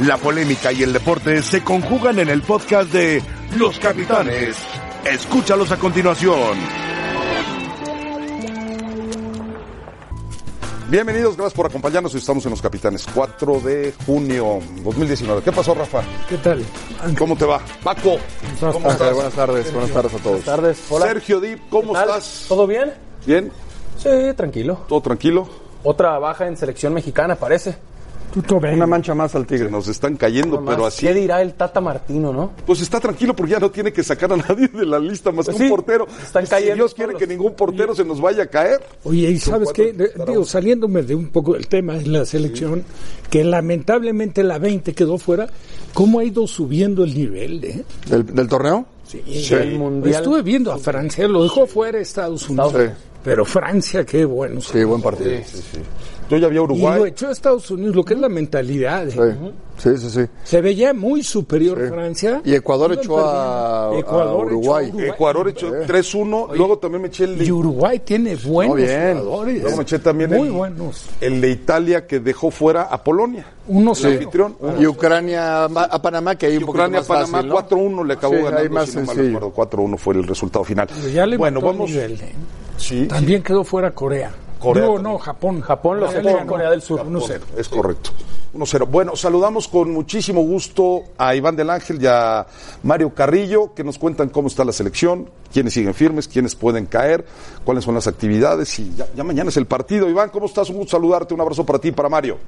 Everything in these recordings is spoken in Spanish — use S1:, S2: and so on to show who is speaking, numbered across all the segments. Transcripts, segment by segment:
S1: La polémica y el deporte se conjugan en el podcast de Los Capitanes. Escúchalos a continuación.
S2: Bienvenidos, gracias por acompañarnos. Hoy Estamos en Los Capitanes, 4 de junio 2019. ¿Qué pasó, Rafa?
S3: ¿Qué tal?
S2: ¿Cómo te va? Paco, ¿cómo
S4: tardes.
S2: estás?
S4: Buenas tardes, buenas tardes a
S2: Buenas
S4: todos.
S2: tardes.
S4: Hola.
S2: Sergio Dip, ¿cómo
S4: ¿Qué tal?
S2: estás?
S4: ¿Todo bien?
S2: ¿Bien?
S4: Sí, tranquilo.
S2: ¿Todo tranquilo?
S4: Otra baja en selección mexicana, parece.
S3: Una mancha más al
S2: Tigre, nos están cayendo, pero
S4: ¿Qué
S2: así.
S4: dirá el Tata Martino, no?
S2: Pues está tranquilo porque ya no tiene que sacar a nadie de la lista más
S4: Pues
S2: que un
S4: sí,
S2: portero.
S4: están cayendo
S2: si Dios quiere
S4: solos.
S2: que ningún portero se nos vaya a caer.
S3: Oye, y sabes
S2: cuatro
S3: qué, De-
S2: estará
S3: digo,
S2: uno.
S3: saliéndome de un poco del tema en la selección, que lamentablemente la 20 quedó fuera, ¿cómo ha ido subiendo el nivel? eh?
S5: ¿Del, del torneo?
S3: Sí.
S4: El mundial.
S3: Estuve viendo a Francia, lo dejó fuera Estados Unidos,
S5: Unidos.
S3: pero Francia, qué bueno.
S5: Sí, buen partido. Sí,
S2: Yo ya vi
S3: Y
S2: a
S3: lo
S2: Uruguay.
S3: echó a Estados Unidos, lo que es la mentalidad. eh.
S5: sí, sí. sí.
S3: Se veía muy superior Francia.
S5: Y Ecuador
S3: Iban
S5: echó a-
S3: perdiendo.
S5: a Uruguay. Eh.
S3: echó a
S2: Ecuador echó 3-1. Luego también me eché el
S3: Y
S2: de,
S3: Uruguay tiene buenos
S5: No, bien.
S3: jugadores. eh.
S2: luego me eché también
S3: muy
S2: el-
S3: buenos.
S2: el de Italia que dejó fuera a Polonia.
S3: Unos
S2: El anfitrión.
S5: Y Ucrania ma- a Panamá, que ahí un poquito
S2: Ucrania,
S5: más fácil,
S2: Panamá,
S5: ¿no?
S2: 4-1 le acabó
S5: Sí, ahí
S2: ganando. si
S5: más
S2: no mal
S5: sencillo.
S2: recuerdo, 4-1 fue el resultado final.
S3: Pero ya le
S2: bueno,
S3: mató el
S2: vamos.
S3: nivel, ¿eh?
S2: Sí,
S3: También quedó fuera Corea.
S2: Corea
S3: Digo,
S2: también.
S3: no, Japón.
S4: Japón lo
S3: Ya
S4: sacó
S3: le ganó
S4: Corea del Sur.
S3: 1-0.
S2: es correcto. 1-0. Bueno, saludamos con muchísimo gusto a Iván del Ángel y a Mario Carrillo, que nos cuentan cómo está la selección, quiénes siguen firmes, quiénes pueden caer, cuáles son las actividades y ya, ya mañana es el partido. Iván, ¿cómo estás? Un gusto saludarte, un abrazo para ti y para Mario.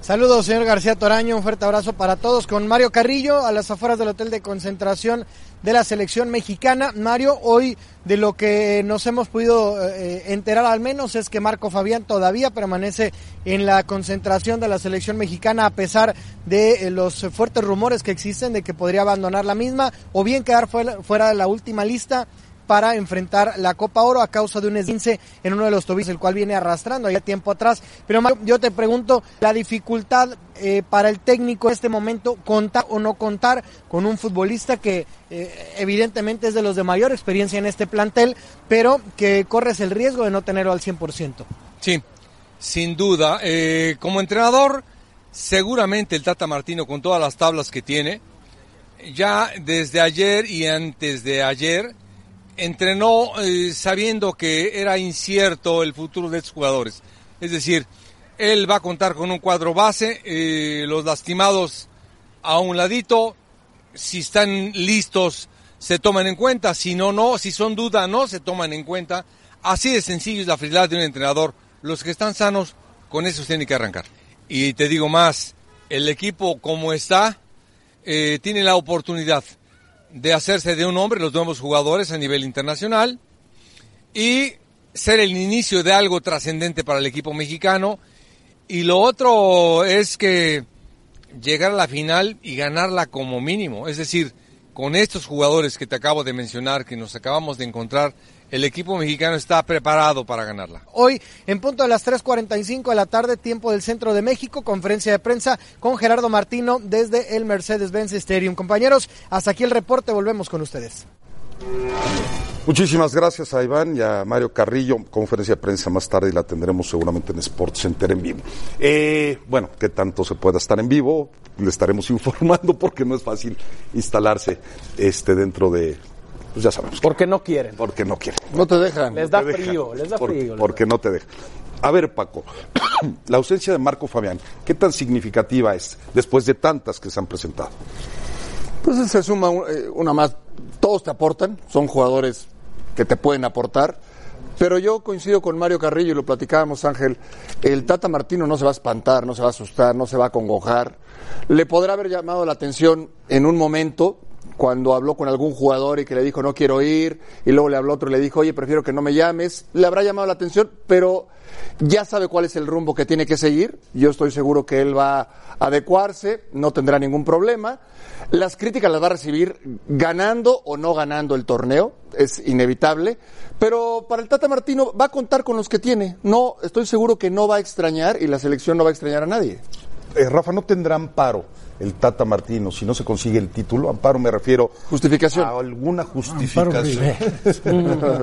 S6: Saludos, señor García Toraño. Un fuerte abrazo para todos. Con Mario Carrillo, a las afueras del hotel de concentración de la selección mexicana. Mario, hoy de lo que nos hemos podido eh, enterar al menos es que Marco Fabián todavía permanece en la concentración de la selección mexicana a pesar de eh, los fuertes rumores que existen de que podría abandonar la misma o bien quedar fuera- fuera de la última lista para enfrentar la Copa Oro a causa de un esguince en uno de los tobillos, el cual viene arrastrando ya tiempo atrás. Pero Mario, yo te pregunto, la dificultad eh, para el técnico en este momento, contar o no contar con un futbolista que eh, evidentemente es de los de mayor experiencia en este plantel, pero que corres el riesgo de no tenerlo al 100%.
S7: Sí, sin duda. Eh, como entrenador, seguramente el Tata Martino, con todas las tablas que tiene, ya desde ayer y antes de ayer, entrenó eh, sabiendo que era incierto el futuro de estos jugadores. Es decir, él va a contar con un cuadro base, eh, los lastimados a un ladito, si están listos se toman en cuenta, si no, no, si son duda no se toman en cuenta. Así de sencillo es la frialdad de un entrenador. Los que están sanos, con eso tienen que arrancar. Y te digo más, el equipo como está, eh, tiene la oportunidad de hacerse de un hombre, los nuevos jugadores a nivel internacional, y ser el inicio de algo trascendente para el equipo mexicano. Y lo otro es que llegar a la final y ganarla como mínimo. Es decir, con estos jugadores que te acabo de mencionar, que nos acabamos de encontrar, el equipo mexicano está preparado para ganarla.
S6: Hoy, en punto de las 3.45 de la tarde, tiempo del Centro de México, conferencia de prensa con Gerardo Martino desde el Mercedes-Benz Stadium. Compañeros, hasta aquí el reporte, volvemos con ustedes.
S2: Muchísimas gracias a Iván y a Mario Carrillo. Conferencia de prensa más tarde y la tendremos seguramente en Sports Center en vivo. Eh, bueno, que tanto se pueda estar en vivo, le estaremos informando porque no es fácil instalarse este dentro de. Pues ya sabemos, por-
S4: Porque no quieren.
S2: porque no quiere.
S5: No te dejan.
S4: Les da
S2: te deja,
S4: frío, les da
S2: porque-
S4: frío. les
S2: Porque no te deja. A ver, Paco, la ausencia de Marco Fabián, ¿qué tan significativa es después de tantas que se han presentado?
S5: Pues se suma un- eh, una más. Todos te aportan, son jugadores que te pueden aportar. Pero yo coincido con Mario Carrillo y lo platicábamos, Ángel. El Tata Martino no se va a espantar, no se va a asustar, no se va a congojar. Le podrá haber llamado la atención en un momento cuando habló con algún jugador y que le dijo no quiero ir, y luego le habló otro y le dijo, oye, prefiero que no me llames. Le habrá llamado la atención, pero ya sabe cuál es el rumbo que tiene que seguir. Yo estoy seguro que él va a adecuarse, no tendrá ningún problema. Las críticas las va a recibir ganando o no ganando el torneo, es inevitable, pero para el Tata Martino va a contar con los que tiene. No, estoy seguro que no va a extrañar y la selección no va a extrañar a nadie.
S2: eh, Rafa, no tendrá amparo el Tata Martino si no se consigue el título. Amparo me refiero
S5: Justificación.
S2: a alguna
S3: Amparo
S2: justificación.
S3: Rivera.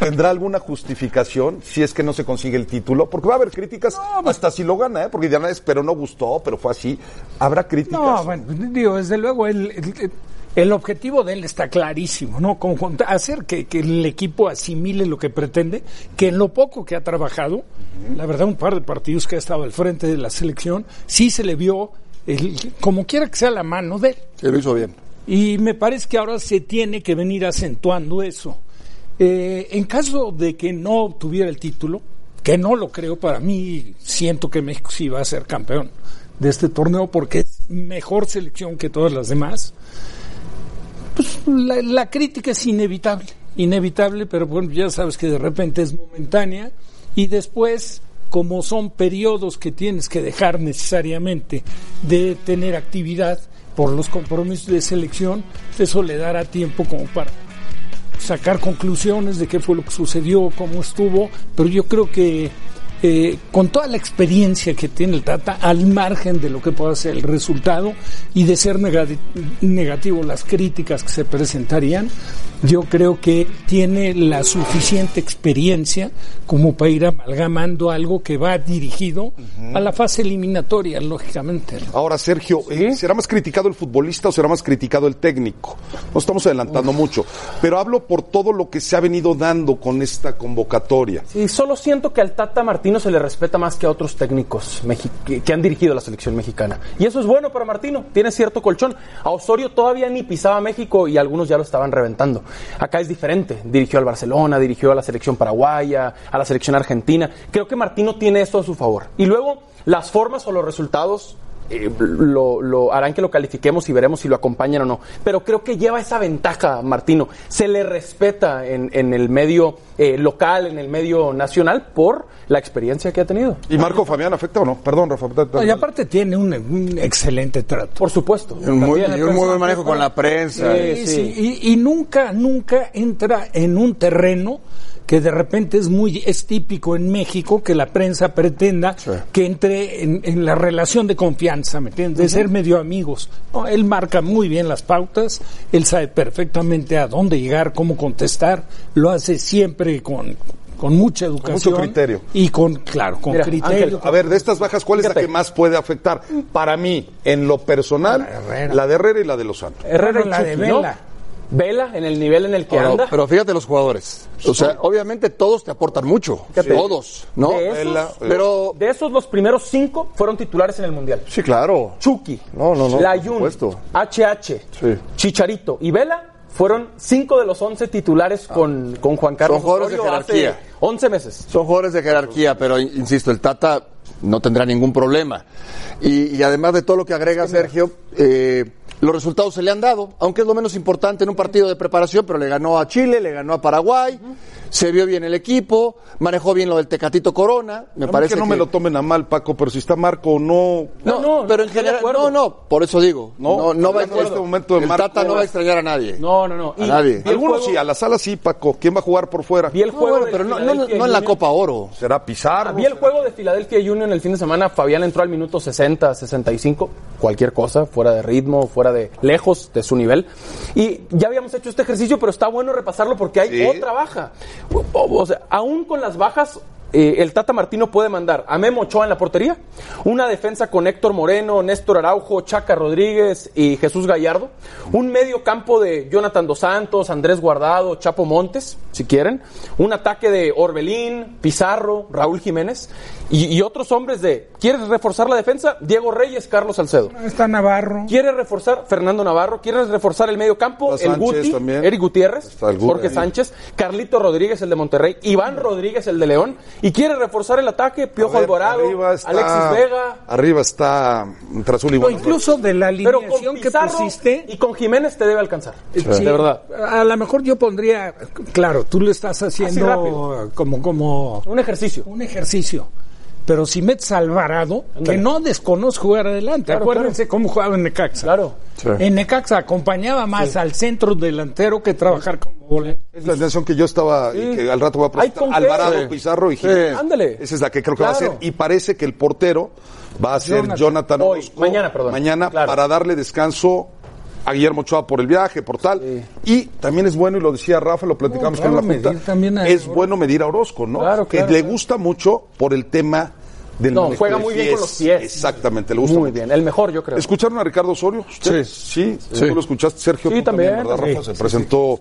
S2: ¿Tendrá alguna justificación si es que no se consigue el título? Porque va a haber críticas hasta si lo gana, ¿eh? porque dirán, "Es, pero no gustó, pero fue así. Habrá críticas.
S3: No, bueno, digo, desde luego, el, el- el objetivo de él está clarísimo, ¿no? Conjunta- hacer que, que el equipo asimile lo que pretende, que en lo poco que ha trabajado, la verdad, un par de partidos que ha estado al frente de la selección, sí se le vio, el, como quiera que sea, la mano de él.
S5: Que lo hizo bien.
S3: Y me parece que ahora se tiene que venir acentuando eso. Eh, en caso de que no obtuviera el título, que no lo creo, para mí siento que México sí va a ser campeón de este torneo porque es mejor selección que todas las demás. Pues la, la crítica es inevitable, inevitable, pero bueno, ya sabes que de repente es momentánea y después como son periodos que tienes que dejar necesariamente de tener actividad por los compromisos de selección, eso le dará tiempo como para sacar conclusiones de qué fue lo que sucedió, cómo estuvo, pero yo creo que eh, con toda la experiencia que tiene el Tata, al margen de lo que pueda ser el resultado y de ser negati- negativo las críticas que se presentarían, yo creo que tiene la suficiente experiencia como para ir amalgamando algo que va dirigido a la fase eliminatoria, lógicamente. ¿no?
S2: Ahora, Sergio, ¿eh? ¿será más criticado el futbolista o será más criticado el técnico? No estamos adelantando mucho, pero hablo por todo lo que se ha venido dando con esta convocatoria.
S4: Sí, solo siento que al Tata Martino se le respeta más que a otros técnicos mexi- que, que han dirigido la selección mexicana. Y eso es bueno para Martino, tiene cierto colchón. A Osorio todavía ni pisaba México y algunos ya lo estaban reventando. Acá es diferente, dirigió al Barcelona, dirigió a la selección paraguaya, a la selección argentina. Creo que Martino tiene eso a su favor. Y luego, las formas o los resultados eh, lo, lo harán que lo califiquemos y veremos si lo acompañan o no. Pero creo que lleva esa ventaja, Martino. Se le respeta en, en el medio eh, local, en el medio nacional, por la experiencia que ha tenido.
S2: ¿Y Marco Fabián afecta o no? Perdón, Rafa.
S3: No, y aparte tiene un- un excelente trato.
S4: Por supuesto.
S5: Y un muy,
S4: También
S5: y
S4: la
S5: un muy
S4: persona-
S5: buen manejo con la prensa.
S3: Sí,
S4: Sí.
S3: sí, Y, y nunca, nunca entra en un terreno que de repente es muy es típico en México que la prensa pretenda que entre en, en la relación de confianza, ¿me entiendes? De ser medio amigos. No, él marca muy bien las pautas, él sabe perfectamente a dónde llegar, cómo contestar, lo hace siempre con, con mucha educación.
S2: criterio.
S3: Y con, claro, con
S4: Mira,
S3: criterio.
S4: Ángel,
S2: A ver, de estas bajas, ¿cuál es la
S4: Fíjate.
S2: que más puede afectar? Para mí, en lo personal, la de Herrera y la de Lozano.
S4: Herrera
S3: Bueno, la
S4: y
S3: de
S4: Chucky, ¿no?
S3: Vela.
S4: Vela, en el nivel en el que
S5: Pero-
S4: anda.
S5: Pero fíjate los jugadores. O sea, obviamente todos te aportan mucho. Todos, ¿no?
S4: De esos-
S2: Vela, eh.
S5: Pero.
S4: de esos, los primeros cinco fueron titulares en el Mundial.
S5: Sí, claro.
S4: Chucky,
S5: No, no, no,
S4: Layún,
S5: por supuesto.
S4: HH,
S5: Sí.
S4: Chicharito y Vela fueron cinco de los once titulares con, con Juan Carlos
S5: Ah. Son jugadores de
S4: Osorio hace
S5: jerarquía.
S4: 11 meses.
S5: Son jugadores de jerarquía, pero in- insisto, el Tata no tendrá ningún problema. Y, y además de todo lo que agrega Sergio, eh, los resultados se le han dado, aunque es lo menos importante en un partido de preparación, pero le ganó a Chile, le ganó a Paraguay, se vio bien el equipo, manejó bien lo del Tecatito Corona, me
S2: A mí
S5: parece
S2: que no
S5: que-
S2: me lo tomen a mal, Paco, pero si está Marco o no.
S5: No,
S4: No, no,
S5: pero en
S4: estoy de
S5: general, no,
S4: acuerdo.
S5: no, por eso digo,
S2: No,
S5: no, no, va a
S2: hablando en este momento de
S5: el
S2: Marco-
S5: Tata no va a extrañar a nadie.
S4: No, no, no.
S5: A nadie.
S4: vi el
S2: Algunos
S4: juego-
S2: sí, a la sala sí, Paco. ¿Quién va a jugar por fuera?
S4: Vi el
S5: No,
S4: juego
S5: bueno,
S4: de
S5: pero no, no-
S4: Filadelfia
S5: no en la
S4: Union.
S5: Copa Oro.
S2: ¿Será Pizarro?
S4: Vi el juego de Filadelfia Union el fin de semana. Fabián entró al minuto 60, 65. Cualquier cosa, fuera de ritmo, fuera de lejos de su nivel. Y ya habíamos hecho este ejercicio, pero está bueno repasarlo porque hay
S2: Sí.
S4: otra baja. O, o sea, aún con las bajas. eh, el Tata Martino puede mandar a Memo Ochoa en la portería, una defensa con Héctor Moreno, Néstor Araujo, Chaca Rodríguez y Jesús Gallardo, un medio campo de Jonathan Dos Santos, Andrés Guardado, Chapo Montes, si quieren, un ataque de Orbelín, Pizarro, Raúl Jiménez y, y otros hombres de, ¿quieres reforzar la defensa? Diego Reyes, Carlos Salcedo.
S3: Está Navarro.
S4: ¿Quieres reforzar Fernando Navarro? ¿Quieres reforzar el medio campo?
S2: Está
S4: El
S2: Sánchez
S4: Guti,
S2: también.
S4: Eric Gutiérrez,
S2: Está el Guti
S4: Jorge
S2: ahí.
S4: Sánchez, Carlito Rodríguez, el de Monterrey, Iván Rodríguez, el de León. ¿Y quieres reforzar el ataque?
S2: A
S4: Piojo
S2: ver,
S4: Alvarado,
S2: arriba está-
S4: Alexis Vega.
S2: Arriba está entre azul y
S3: O
S2: bueno.
S3: incluso de la
S4: Pero con
S3: alineación que
S4: Pizarro
S3: pusiste.
S4: y con Jiménez te debe alcanzar.
S3: Sí,
S4: de verdad.
S3: A lo mejor yo pondría, claro, tú lo estás haciendo
S4: rápido.
S3: como, como
S4: Un ejercicio.
S3: un ejercicio. Pero si metes a Alvarado,
S4: Ándale.
S3: que no desconozco jugar adelante,
S4: Claro,
S3: acuérdense cómo jugaba en Necaxa.
S4: Claro.
S5: Sí.
S3: En Necaxa acompañaba más al centro delantero que trabajar como Ole.
S2: Es la sensación que yo estaba,
S4: Sí.
S2: y que al rato va a
S4: Hay
S2: presentar.
S4: con qué.
S2: Alvarado,
S4: Sí.
S2: Pizarro y
S4: Sí.
S2: Jiménez.
S4: Ándale.
S2: Esa es la que creo que va a
S4: Claro.
S2: ser. Y parece que el portero va a ser
S3: Jonathan.
S2: Jonathan,
S4: Hoy,
S2: Orozco
S4: mañana, perdón.
S2: mañana
S4: Claro.
S2: para darle descanso a Guillermo Ochoa por el viaje, por tal. Y también es bueno, y lo decía Rafa, lo platicamos
S3: No, claro,
S2: con la punta,
S3: medir también a-
S2: es bueno medir a Orozco, ¿no?
S4: Claro,
S2: que
S4: claro,
S2: le
S4: claro.
S2: gusta mucho por el tema del
S4: No,
S2: manejo
S4: juega
S2: de
S4: muy bien con los pies.
S2: Exactamente, le gusta
S4: Muy
S2: mucho.
S4: bien, el mejor, yo creo.
S2: ¿Escucharon a Ricardo Osorio? ¿Ustedes? Sí,
S5: Sí.
S2: ¿Tú lo escuchaste, Sergio?
S4: Sí,
S2: Tú
S4: también.
S2: ¿verdad, Rafa?
S3: Sí,
S2: Se presentó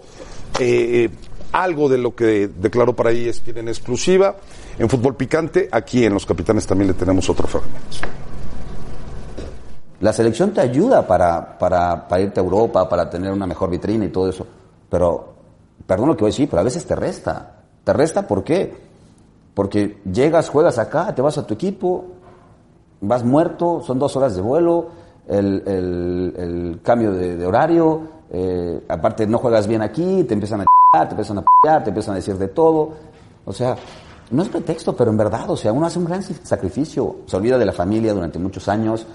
S2: eh, eh, algo de lo que declaró para E ahí en exclusiva. En Fútbol Picante, aquí en Los Capitanes también le tenemos otro fragmento.
S8: La selección te ayuda para, para, para irte a Europa, para tener una mejor vitrina y todo eso. Pero, perdón lo que voy a decir, pero a veces te resta. ¿Te resta por qué? Porque llegas, juegas acá, te vas a tu equipo, vas muerto, son dos horas de vuelo, el, el- el cambio de, de horario, eh, aparte no juegas bien aquí, te empiezan a c***ar, te empiezan a p***ar, te empiezan a decir de todo. O sea, no es pretexto, pero en verdad, o sea, uno hace un gran sacrificio, se olvida de la familia durante muchos años.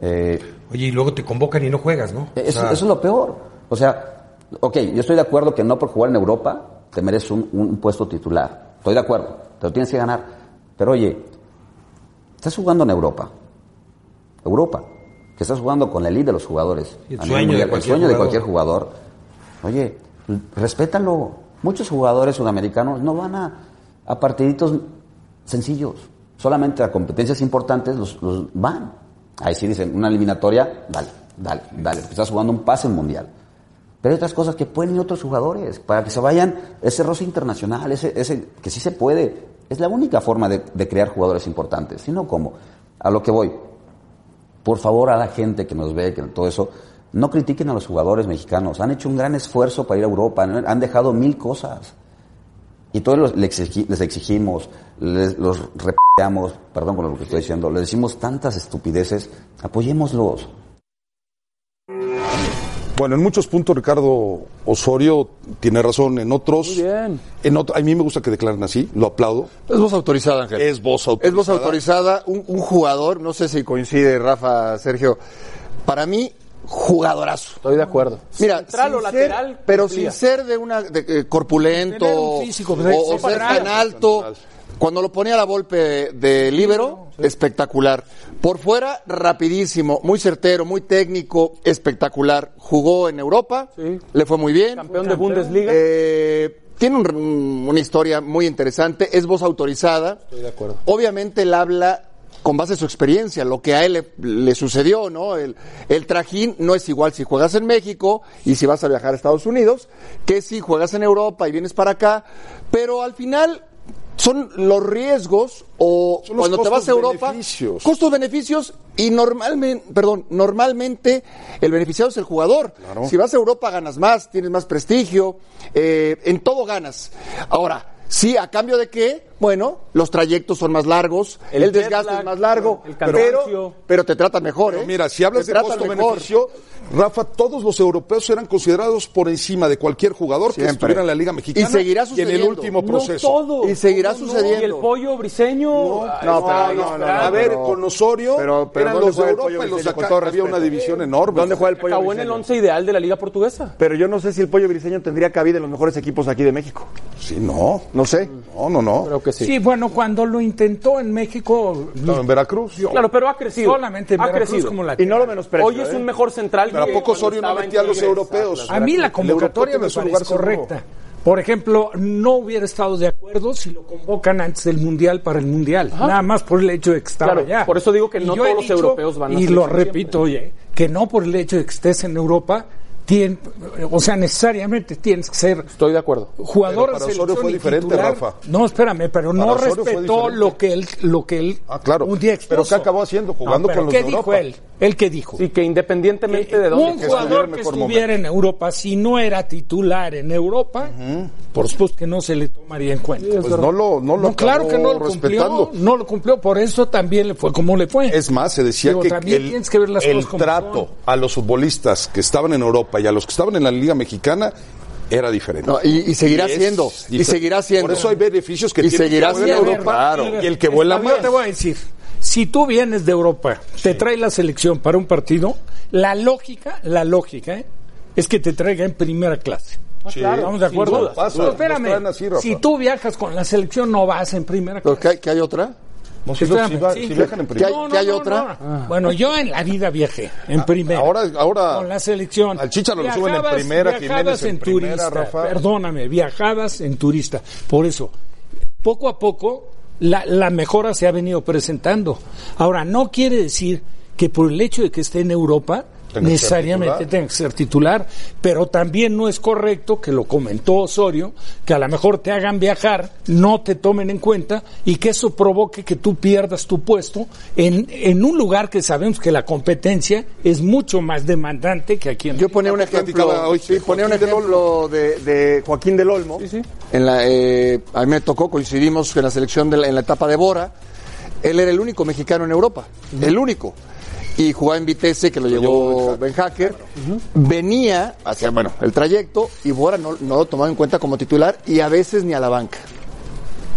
S8: eh,
S9: Oye, y luego te convocan y no juegas, ¿no?
S4: Eh,
S9: O
S8: eso,
S9: sea,
S8: eso es lo peor. O sea, ok, yo estoy de acuerdo que no por jugar en Europa te mereces un, un puesto titular. Estoy de acuerdo, te lo tienes que ganar. Pero oye, estás jugando en Europa. Europa, que estás jugando con la elite de los jugadores.
S9: Y el
S8: A nivel
S9: sueño de
S8: mundial, el
S9: cualquier
S8: sueño de
S9: jugador.
S8: cualquier jugador. Oye, l- respétalo. Muchos jugadores sudamericanos no van a, a partiditos sencillos. Solamente a competencias importantes los, los van. Ahí sí dicen, una eliminatoria, dale, dale, dale. porque Estás jugando un pase mundial. Pero hay otras cosas que pueden ir otros jugadores, para que se vayan ese roce internacional, ese, ese que sí se puede. Es la única forma de, de crear jugadores importantes. Si no, ¿cómo? A lo que voy. Por favor, a la gente que nos ve, que todo eso, no critiquen a los jugadores mexicanos. Han hecho un gran esfuerzo para ir a Europa, han han dejado mil cosas. Y todos los- le exigi- les exigimos, les, los repeamos, perdón con lo que estoy diciendo, les decimos tantas estupideces, apoyémoslos.
S2: Bueno, en muchos puntos Ricardo Osorio tiene razón, en otros...
S4: Muy bien.
S2: En otro- a mí me gusta que declaren así, lo aplaudo.
S5: Es voz autorizada, Ángel.
S2: Es voz autorizada.
S5: Es voz autorizada. Un, un jugador, no sé si coincide Rafa, Sergio, para mí, jugadorazo.
S4: Estoy de acuerdo.
S5: Mira,
S4: Central
S5: sin
S4: o
S5: ser-
S4: lateral,
S5: pero
S4: cumplía.
S5: sin ser de una de, eh, corpulento
S3: Tener un físico, pues,
S5: o, o
S3: sí,
S5: ser
S3: para
S5: tan
S3: nada.
S5: alto. Cuando lo ponía la golpe de, de líbero, espectacular. Por fuera, rapidísimo, muy certero, muy técnico, espectacular. Jugó en Europa,
S4: Sí.
S5: le fue muy bien.
S4: Campeón de Bundesliga.
S5: Eh, tiene un- un- una historia muy interesante, es voz autorizada. Estoy de acuerdo. Obviamente él habla con base a su experiencia, lo que a él le, le sucedió, ¿no? El, el trajín no es igual si juegas en México y si vas a viajar a Estados Unidos, que si juegas en Europa y vienes para acá, pero al final son los riesgos o
S2: Son los
S5: cuando te vas a Europa,
S2: costos-beneficios.
S5: costos beneficios y normalmente, perdón, normalmente el beneficiado es el jugador. Si vas a Europa ganas más, tienes más prestigio, eh, en todo ganas. Ahora, sí, a cambio de que, bueno, los trayectos son más largos,
S4: El
S5: el,
S4: jet
S5: desgaste
S4: lag,
S5: es más largo,
S4: el cansancio.
S5: pero, pero te tratan mejor.
S2: Pero
S5: ¿eh?
S2: mira, si hablas
S5: Te
S2: de
S5: tratan
S2: costo-beneficio, Rafa, todos los europeos eran consierados por encima de cualquier jugador que
S5: Siempre.
S2: estuviera en la Liga Mexicana.
S5: Y seguirá
S2: en el
S5: sucediendo.
S2: último
S5: No
S2: proceso.
S4: todo.
S5: Y seguirá
S4: No, no,
S5: sucediendo.
S4: Y el pollo briseño.
S2: No,
S4: Ay,
S5: no, pero-
S4: está ahí
S5: no, no, no,
S4: esperando.
S2: a ver,
S5: pero-
S2: con Osorio
S5: pero- pero
S2: eran
S5: ¿dónde
S2: los de
S5: juega el
S2: Europa
S5: Pollo
S2: y los de
S5: Briseño?
S2: acá.
S5: Con todo
S2: Había una
S5: respeto.
S2: división enorme.
S5: ¿Dónde juega el pollo?
S4: Acabó en el
S5: Briseño?
S4: once ideal de la Liga Portuguesa.
S10: Pero yo no sé si el pollo briseño tendría cabida en los mejores equipos aquí de México.
S2: Sí, no.
S5: No sé.
S2: No, no, no.
S4: Creo que
S3: Sí.
S4: sí.
S3: bueno, cuando lo intentó en México,
S2: Estaba en Veracruz.
S4: Claro, pero ha crecido.
S3: solamente en
S4: ha
S3: Veracruz
S4: crecido.
S3: como la
S10: Y no lo menosprecio.
S4: Hoy es
S10: ¿eh?
S4: un mejor central
S2: Pero ¿a
S4: que
S2: poco
S4: cuando
S2: Osorio no
S4: estaba en
S2: metía a los
S4: Tigres?
S2: europeos?
S3: A mí la convocatoria
S2: El
S3: me
S2: europeo tiene
S3: parece
S2: su lugar seguro.
S3: correcta. Por ejemplo, no hubiera estado de acuerdo si lo convocan antes del Mundial para el Mundial, nada más por el hecho de que estaba
S4: Claro,
S3: allá.
S4: por eso digo que no
S3: yo
S4: todos
S3: he
S4: los europeos van a
S3: Y
S4: ser
S3: lo
S4: siempre.
S3: repito, oye, que no por el hecho de que estés en Europa, tien- o sea, necesariamente tienes que ser
S4: Estoy de acuerdo.
S3: jugador
S2: Pero para
S3: de selección
S2: Osorio fue
S3: y
S2: diferente,
S3: titular.
S2: Rafa.
S3: No, espérame, pero no
S2: Para Osorio fue
S3: respetó
S2: diferente.
S3: lo que él, lo que él
S2: Ah, claro.
S3: un día expuso.
S2: Pero ¿qué acabó haciendo? Jugando
S3: pero
S2: con los
S3: ¿qué
S2: de
S3: dijo
S2: Europa.
S3: él? ¿Él qué dijo?
S4: Sí, que independientemente de
S3: un
S4: dónde. que-
S3: jugador que
S2: estuviera en mejor
S3: estuviera en Europa, si no era titular en Europa, por supuesto que no se le tomaría en cuenta.
S2: Pues no lo, no lo
S3: No, claro
S2: acabó
S3: que no lo
S2: respetando.
S3: cumplió, no lo cumplió, por eso también le fue como le fue.
S2: Es más, se decía
S3: Digo,
S2: que
S3: también
S2: el,
S3: tienes que ver las
S2: el
S3: cosas como
S2: trato a los futbolistas que estaban en Europa y a los que estaban en la Liga Mexicana era diferente.
S5: No, y, y seguirá
S2: Y es
S5: siendo. Y
S2: diferente.
S5: seguirá siendo.
S2: Por eso hay beneficios que
S5: Y
S2: tiene
S5: seguirá
S2: que haber
S5: siendo,
S2: Europa.
S5: claro.
S2: Y el que vuela
S3: Yo
S2: más.
S3: te voy a decir, si tú vienes de Europa, te trae la selección para un partido, la lógica, la lógica, ¿eh? es que te traiga en primera clase.
S2: Sí,
S3: claro, estamos de
S2: sin
S3: acuerdo.
S2: duda, pasa,
S3: Pero
S2: nos
S3: espérame,
S2: traen así, Rafa.
S3: si tú viajas con la selección no vas en primera
S5: ¿Pero que hay, que hay otra?
S2: No, si,
S3: Espérame,
S2: si va-
S3: sí.
S2: si viajan en
S5: ¿Qué hay,
S2: privado.
S5: que hay otra?
S3: Ah. Bueno, yo en la vida viajé en primera.
S2: Ah, Ahora, ahora
S3: con la selección.
S2: Al Chicharo lo suben en
S3: Viajabas-
S2: primera,
S3: viajabas
S2: Jiménez en primera,
S3: turista.
S2: Rafa.
S3: Perdóname, viajabas en turista. Por eso, poco a poco, la, la mejora se ha venido presentando. Ahora, no quiere decir que por el hecho de que esté en Europa,
S2: Tenga que ser
S3: necesariamente
S2: titular.
S3: tenga que ser titular, pero también no es correcto, que lo comentó Osorio, que a lo mejor te hagan viajar, no te tomen en cuenta y que eso provoque que tú pierdas tu puesto en, en un lugar que sabemos que la competencia es mucho más demandante que aquí en
S5: Yo ponía un
S2: platicaba
S5: ejemplo,
S2: hoy
S5: sí,
S2: de
S5: ponía un
S2: Joaquín del
S5: ejemplo de, de Joaquín del Olmo. En la, eh, a mí me tocó, coincidimos en la selección de la- en la etapa de Bora. Él era el único mexicano en Europa, el único. Y jugaba en Vitesse, que lo llevó Ben Hacker. Venía hacia bueno, el trayecto y Bora no, no lo tomaba en cuenta como titular y a veces ni a la banca.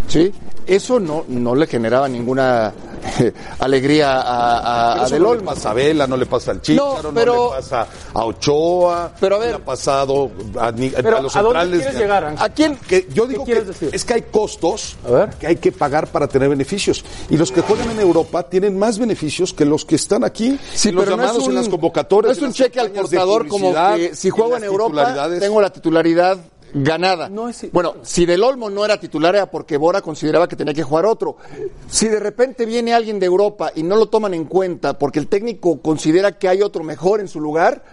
S5: ¿Sí? Eso no, no le generaba ninguna alegría a, a- a
S2: Pero eso
S5: Del
S2: no le
S5: Olmo.
S2: pasa a Vela, no le pasa al Chicharo, no,
S5: pero-
S2: le pasa a Ochoa,
S5: Pero a ver-
S2: no le ha pasado a, ni- a
S4: Pero,
S2: los
S4: ¿a dónde
S2: centrales.
S4: quieres
S2: ni
S4: llegar, Ángel?
S2: ¿A quién? Que yo
S4: ¿Qué
S2: digo que
S4: quieres decir?
S2: es que hay costos
S4: A ver.
S2: que hay que pagar para tener beneficios. Y los que juegan en Europa tienen más beneficios que los que están aquí.
S5: Sí,
S2: Y los
S5: pero no
S2: llamados
S5: es un,
S2: en las convocatorias.
S5: no es
S2: en
S5: un
S2: las
S5: cheque al
S2: campañas de
S5: portador como
S2: publicidad,
S5: que si juego en
S2: las
S5: Europa
S2: titularidades.
S5: tengo la titularidad ganada.
S4: No es-
S5: Bueno, si Del Olmo no era titular era porque Bora consideraba que tenía que jugar otro. Si de repente viene alguien de Europa y no lo toman en cuenta porque el técnico considera que hay otro mejor en su lugar,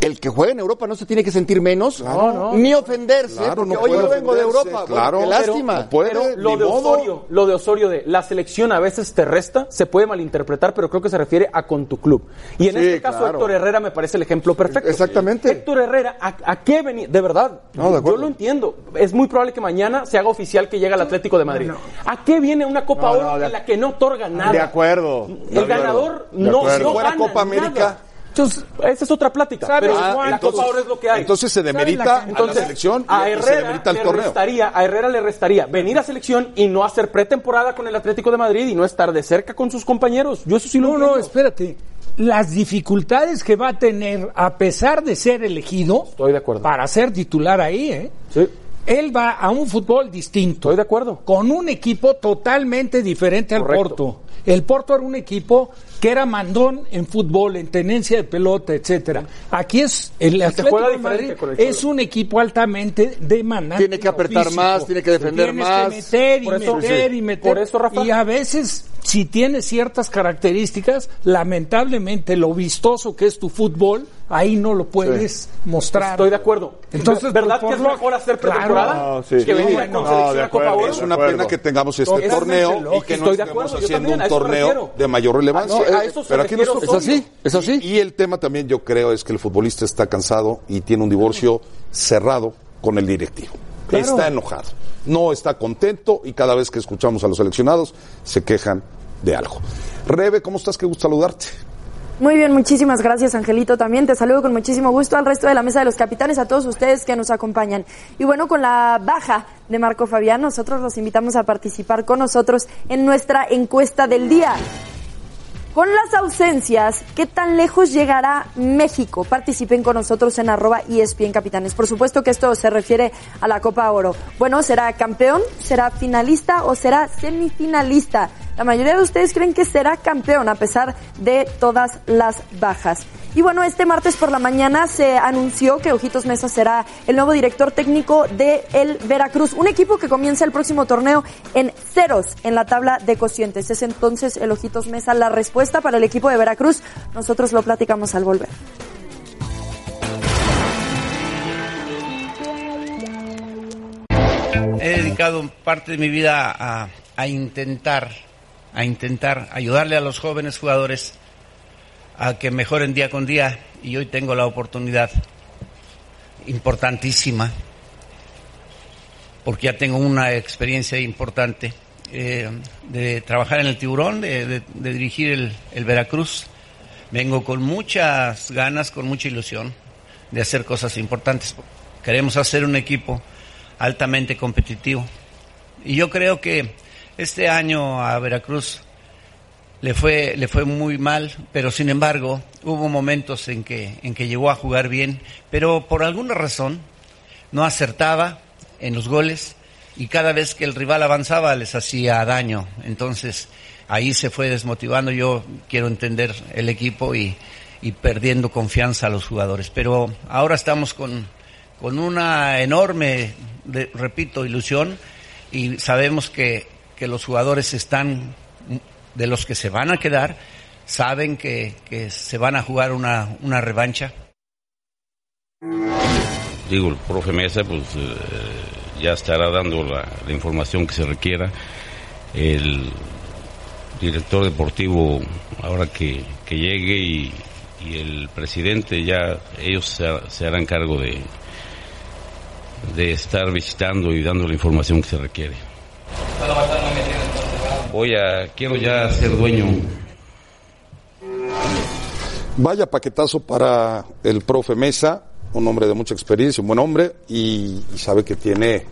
S5: el que juega en Europa no se tiene que sentir menos
S4: no.
S5: ni ofenderse.
S2: Claro,
S5: porque, Oye,
S2: no puede
S5: yo vengo de
S2: ofenderse,
S5: Europa.
S2: claro.
S5: Bueno, qué
S2: Pero-
S5: lástima.
S2: no puede.
S4: Pero
S2: ni
S4: lo de,
S2: modo.
S4: Osorio, lo de Osorio de la selección a veces te resta, se puede malinterpretar, pero creo que se refiere a con tu club. Y en
S5: Sí,
S4: este caso
S5: claro.
S4: Héctor Herrera me parece el ejemplo perfecto.
S5: Exactamente.
S4: Héctor Herrera, ¿a, a qué venía? De verdad,
S5: No, de
S4: yo
S5: acuerdo.
S4: lo entiendo. Es muy probable que mañana se haga oficial que llega al Atlético de Madrid. ¿A qué viene una Copa
S10: No,
S4: Oro
S10: no, de-
S4: en la que no otorga nada?
S10: De acuerdo.
S4: El ganador no,
S2: acuerdo.
S4: no
S2: Si fuera
S4: gana
S2: Copa América, Ah,
S4: nada. Entonces, esa es otra plática.
S3: ¿Sabes
S4: Pero
S3: cuánto?
S4: la Copa Oro es lo que hay.
S2: Entonces se demerita a la selección
S4: a
S2: y se
S4: Herrera,
S2: demerita el
S4: le
S2: torneo.
S4: restaría, a Herrera le restaría venir a selección y no hacer pretemporada con el Atlético de Madrid y no estar de cerca con sus compañeros. Yo eso sí lo
S3: No, no,
S4: entiendo.
S3: espérate. Las dificultades que va a tener, a pesar de ser elegido,
S4: Estoy de acuerdo.
S3: para ser titular ahí, ¿eh?
S4: Sí,
S3: él va a un fútbol distinto.
S4: estoy de acuerdo.
S3: con un equipo totalmente diferente al
S4: Correcto.
S3: Porto. El Porto era un equipo que era mandón en fútbol, en tenencia de pelota, etcétera. Aquí es el Atlético
S4: juega
S3: de
S4: diferente
S3: Madrid
S4: con el
S3: es
S4: Cholo.
S3: un equipo altamente demandante.
S5: Tiene que apretar
S3: físico.
S5: más, tiene que defender
S3: Tienes
S5: más.
S3: que meter y
S4: Por eso-
S3: meter
S4: sí, sí.
S3: y meter.
S4: Por eso, Rafa.
S3: Y a veces si tiene ciertas características, lamentablemente lo vistoso que es tu fútbol, ahí no lo puedes mostrar.
S4: Estoy de acuerdo.
S3: Entonces,
S4: ¿verdad
S3: pues,
S4: que es
S3: por lo-
S4: mejor hacer
S3: Claro.
S4: pretemporada
S10: No, sí.
S4: que venir
S3: Sí,
S4: con
S3: no,
S4: selección
S10: de
S4: a Copa
S10: acuerdo.
S4: Oro?
S2: Es
S10: De
S2: una
S10: acuerdo.
S2: pena que tengamos este
S4: Totalmente
S2: torneo y
S4: lógico.
S2: que no
S4: Estoy de
S2: estemos
S4: acuerdo, yo
S2: haciendo
S4: también,
S2: un
S4: a eso me
S2: torneo
S4: refiero.
S2: de mayor relevancia.
S4: Ah, no, a eso se
S2: pero aquí
S4: refiere
S2: nosotros-
S5: Es así, es así.
S2: Y, y el tema también yo creo es que el futbolista está cansado y tiene un divorcio cerrado con el directivo. Está enojado, no está contento y cada vez que escuchamos a los seleccionados se quejan de algo. Rebe, ¿cómo estás? Qué gusto saludarte.
S11: Muy bien, muchísimas gracias Angelito también. Te saludo con muchísimo gusto al resto de la mesa de los capitanes, a todos ustedes que nos acompañan. Y bueno, con la baja de Marco Fabián, nosotros los invitamos a participar con nosotros en nuestra encuesta del día. Con las ausencias, ¿qué tan lejos llegará México? Participen con nosotros en arroba E ESPN Capitanes. Por supuesto que esto se refiere a la Copa Oro. Bueno, ¿será campeón? ¿Será finalista o será semifinalista? La mayoría de ustedes creen que será campeón a pesar de todas las bajas. Y bueno, este martes por la mañana se anunció que Ojitos Mesa será el nuevo director técnico de el Veracruz, un equipo que comienza el próximo torneo en ceros en la tabla de cocientes. Es entonces el Ojitos Mesa la respuesta para el equipo de Veracruz. Nosotros lo platicamos al volver.
S12: He dedicado parte de mi vida a, a intentar, a intentar ayudarle a los jóvenes jugadores a que mejoren día con día y hoy tengo la oportunidad importantísima, porque ya tengo una experiencia importante eh, de trabajar en el tiburón, de, de- de dirigir el, el Veracruz. Vengo con muchas ganas, con mucha ilusión de hacer cosas importantes. Queremos hacer un equipo altamente competitivo. Y yo creo que este año a Veracruz le fue, le fue muy mal, pero sin embargo hubo momentos en que, en que llegó a jugar bien, pero por alguna razón no acertaba en los goles y cada vez que el rival avanzaba les hacía daño. Entonces ahí se fue desmotivando, yo quiero entender el equipo y, y perdiendo confianza a los jugadores. Pero ahora estamos con, con una enorme, de- repito, ilusión y sabemos que, que los jugadores están, de los que se van a quedar, saben que, que se van a jugar una, una revancha.
S13: Digo, el profe Mesa, pues eh, ya estará dando la, la información que se requiera. El director deportivo, ahora que, que llegue, y, y el presidente, ya ellos se, se harán cargo de, de estar visitando y dando la información que se requiere. Voy a, quiero ya ser dueño
S2: Vaya paquetazo para el profe Mesa, un hombre de mucha experiencia, un buen hombre, y, y sabe que tiene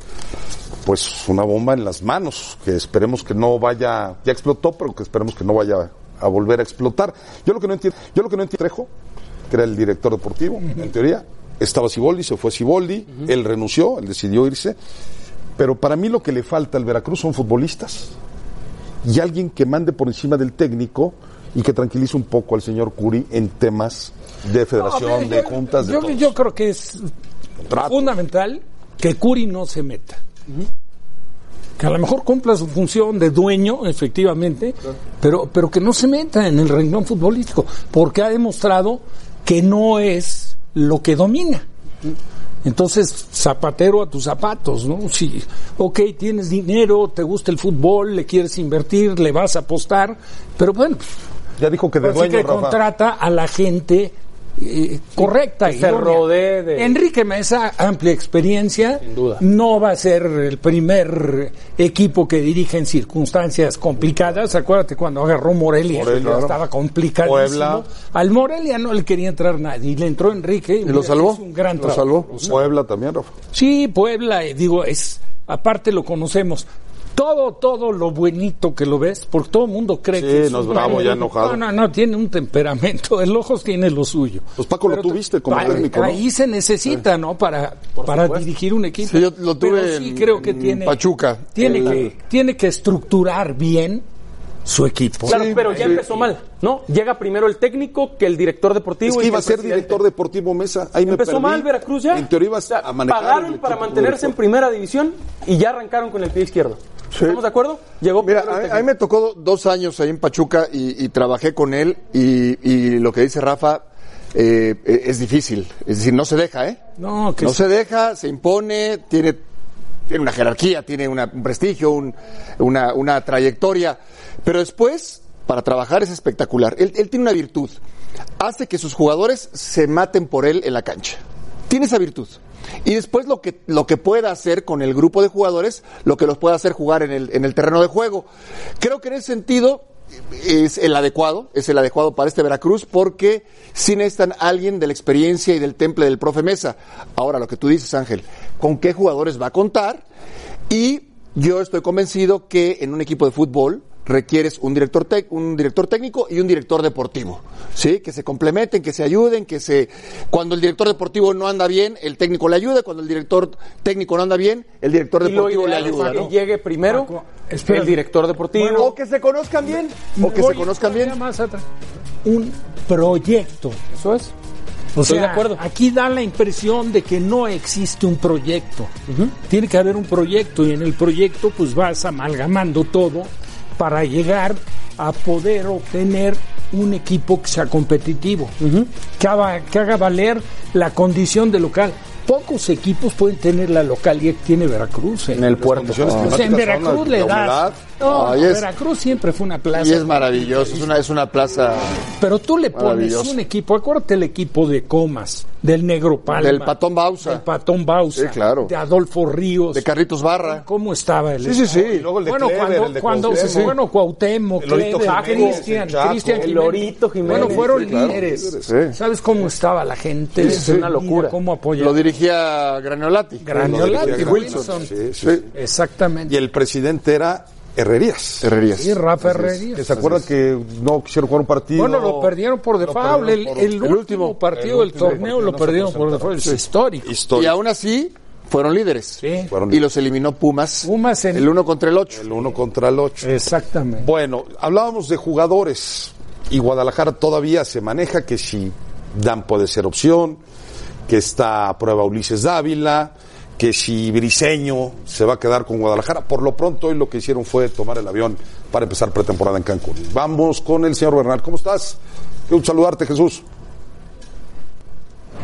S2: pues una bomba en las manos, que esperemos que no vaya, ya explotó, pero que esperemos que no vaya a volver a explotar. Yo lo que no entiendo, yo lo que no entiendo, Trejo, que era el director deportivo, en teoría, estaba Siboldi, se fue Siboldi, él renunció, él decidió irse, pero para mí lo que le falta al Veracruz son futbolistas y alguien que mande por encima del técnico y que tranquilice un poco al señor Curi en temas de federación,
S3: No, pero
S2: de juntas, de
S3: yo,
S2: todo.
S3: yo creo que es fundamental que Curi no se meta. Que a lo mejor cumpla su función de dueño, efectivamente, pero, pero que no se meta en el renglón futbolístico, porque ha demostrado que no es lo que domina. Entonces, zapatero a tus zapatos, ¿no? Si, ok, tienes dinero, te gusta el fútbol, le quieres invertir, le vas a apostar, pero bueno. pues,
S2: Ya dijo que de dueño,
S3: que
S2: Rafa.
S3: contrata a la gente eh, correcta.
S4: Que se
S3: idónea.
S4: rodee de-
S3: Enrique Mesa, amplia experiencia.
S4: Sin duda.
S3: No va a ser el primer equipo que dirige en circunstancias complicadas. Acuérdate cuando agarró Morelia,
S2: Morelia,
S3: que
S2: claro.
S3: estaba complicadísimo.
S2: Puebla.
S3: Al Morelia no le quería entrar nadie. Y le entró Enrique.
S2: ¿Y lo salvó?
S3: hizo Un gran
S2: ¿Lo
S3: trabajo.
S2: salvó? Puebla también, Rafa.
S3: Sí, Puebla, eh, digo, es, aparte lo conocemos. Todo, todo lo buenito que lo ves, porque todo el mundo cree
S2: Sí,
S3: que es
S2: no es
S3: un-
S2: bravo, ya enojado.
S3: No, no, no, tiene un temperamento, el ojos tiene lo suyo.
S2: Pues Paco, lo tuviste como
S3: Vale,
S2: técnico, ¿no? Eh.
S3: Ahí se necesita, ¿no? Para, para dirigir un equipo.
S5: Sí, yo lo tuve
S3: Pero sí
S5: en-
S3: creo que
S5: en
S3: tiene,
S5: Pachuca.
S3: Tiene,
S5: El-
S3: que, tiene que estructurar bien su equipo.
S4: Claro, pero ya empezó mal, ¿no? Llega primero el técnico que el director deportivo.
S2: Es que
S4: y
S2: iba a
S4: el
S2: ser
S4: presidente.
S2: director deportivo Mesa. Ahí me
S4: Empezó
S2: perdí.
S4: mal Veracruz ya.
S2: En teoría ibas a manejar. el
S4: Pagaron
S2: equipo
S4: para mantenerse en
S2: director.
S4: primera división y ya arrancaron con el pie izquierdo. ¿Estamos de acuerdo? Llegó
S5: Mira, a
S4: primero el
S5: mí,
S4: técnico.
S5: a mí me tocó do- dos años ahí en Pachuca y, y trabajé con él y, y lo que dice Rafa eh, eh, es difícil. Es decir, no se deja, ¿eh?
S3: No, que
S5: no se deja, se impone, tiene, tiene una jerarquía, tiene una- un prestigio, un- una, una trayectoria. Pero después, para trabajar es espectacular. Él, él tiene una virtud. Hace que sus jugadores se maten por él en la cancha. Tiene esa virtud. Y después lo que, lo que pueda hacer con el grupo de jugadores, lo que los pueda hacer jugar en el, en el terreno de juego. Creo que en ese sentido, es el adecuado, es el adecuado para este Veracruz porque sí necesitan alguien de la experiencia y del temple del profe Mesa. Ahora, lo que tú dices, Ángel, ¿con qué jugadores va a contar? Y yo estoy convencido que en un equipo de fútbol requieres un director, tec- un director técnico y un director deportivo, ¿sí? Que se complementen, que se ayuden, que se... Cuando el director deportivo no anda bien, el técnico le ayuda, cuando el director técnico no anda bien, el director
S4: Y lo
S5: deportivo le
S4: ideal es
S5: ayuda,
S4: que
S5: ¿no?
S4: llegue primero
S3: espérame.
S4: el director deportivo.
S3: Bueno,
S4: o que se conozcan bien.
S5: O que
S3: Voy
S5: se conozcan bien.
S3: más atrás. Un proyecto.
S4: Eso es.
S3: O
S4: Estoy
S3: sea,
S4: de acuerdo.
S3: aquí da la impresión de que no existe un proyecto. Tiene que haber un proyecto y en el proyecto pues vas amalgamando todo para llegar a poder obtener un equipo que sea competitivo, que, haga, que haga valer la condición de local. Pocos equipos pueden tener la localidad que tiene Veracruz. ¿eh?
S4: En el puerto.
S2: condiciones
S3: O sea, en
S2: climáticas son
S3: Veracruz
S2: la-
S3: le
S2: la
S3: das.
S2: humedad.
S3: No,
S5: Ahí Ah. es-
S3: Veracruz siempre fue una plaza.
S5: Y es maravilloso, es una, es una plaza...
S3: Pero tú le pones
S5: Maravilloso.
S3: un equipo, acuérdate el equipo de Comas, del Negro Palma.
S5: Del Patón Bausa.
S3: Del Patón Bausa.
S5: Sí, claro.
S3: De Adolfo Ríos.
S5: De Carritos Barra.
S3: ¿Cómo estaba el
S5: Sí, sí, sí.
S3: estado?
S5: Y luego el de
S3: bueno,
S5: Clever,
S3: cuando,
S5: el de
S3: cuando
S5: Cuauhtémoc.
S3: sí, sí. bueno, Cuauhtémoc,
S2: El Lorito
S3: Clever,
S2: Jiménez,
S3: Cristian,
S2: el Chaco.
S3: Cristian
S2: El
S3: Jiménez.
S4: Lorito Jiménez.
S3: Bueno, fueron
S5: Sí, claro.
S3: líderes.
S5: Sí.
S3: ¿Sabes cómo estaba la gente?
S5: Sí, sí.
S3: Una locura. ¿Cómo
S5: Lo
S3: apoyaba?
S5: dirigía Graniolati.
S3: Graniolati,
S5: Lo dirigía
S3: Wilson.
S2: Sí, sí, sí.
S5: Sí.
S3: Exactamente.
S2: Y el presidente era Herrerías.
S5: Herrerías.
S3: Y Rafa Herrerías.
S2: Que se acuerdan que no quisieron jugar un partido.
S3: Bueno, lo perdieron por default.
S2: perdieron
S3: El,
S2: por-
S3: el
S2: el
S3: último
S2: último
S3: partido del
S2: último
S3: torneo
S2: partido
S3: lo
S2: no se
S3: perdieron por
S2: presentaron.
S3: default. Es histórico.
S5: Y
S2: Histórico.
S5: aún así, fueron líderes.
S2: Fueron
S5: Y los eliminó Pumas.
S3: Pumas en...
S5: El 1 contra el 8.
S2: El 1 contra el 8.
S3: Exactamente.
S2: Bueno, hablábamos de jugadores y Guadalajara todavía se maneja que si Dan puede ser opción, que está a prueba Ulises Dávila, que si Briseño se va a quedar con Guadalajara. Por lo pronto hoy lo que hicieron fue tomar el avión para empezar pretemporada en Cancún. Vamos con el señor Bernal. ¿Cómo estás? Qué gusto saludarte, Jesús.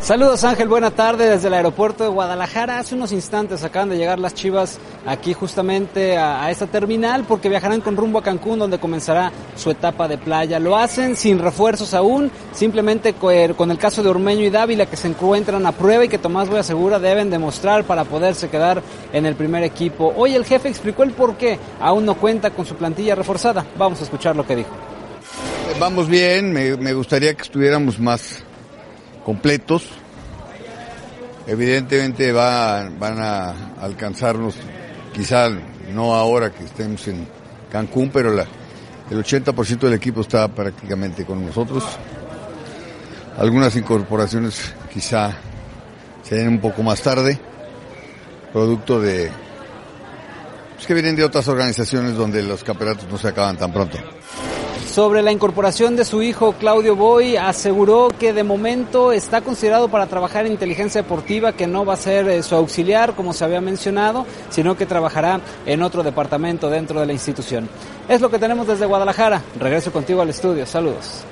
S14: Saludos Ángel, buena tarde desde el aeropuerto de Guadalajara. Hace unos instantes acaban de llegar las Chivas aquí justamente a, a esta terminal porque viajarán con rumbo a Cancún donde comenzará su etapa de playa. Lo hacen sin refuerzos aún, simplemente co- eh, con el caso de Ormeño y Dávila que se encuentran a prueba y que Tomás Boy asegura deben demostrar para poderse quedar en el primer equipo. Hoy el jefe explicó el por qué aún no cuenta con su plantilla reforzada. Vamos a escuchar lo que dijo.
S15: Vamos bien, me, me gustaría que estuviéramos más completos. Evidentemente va- van a alcanzarnos, quizá no ahora que estemos en Cancún, pero la- el 80% del equipo está prácticamente con nosotros. Algunas incorporaciones quizá se den un poco más tarde, producto de pues, que vienen de otras organizaciones donde los campeonatos no se acaban tan pronto.
S14: Sobre la incorporación de su hijo Claudio Boy, aseguró que de momento está considerado para trabajar en inteligencia deportiva, que no va a ser eh, su auxiliar, como se había mencionado, sino que trabajará en otro departamento dentro de la institución. Es lo que tenemos desde Guadalajara. Regreso contigo al estudio. Saludos.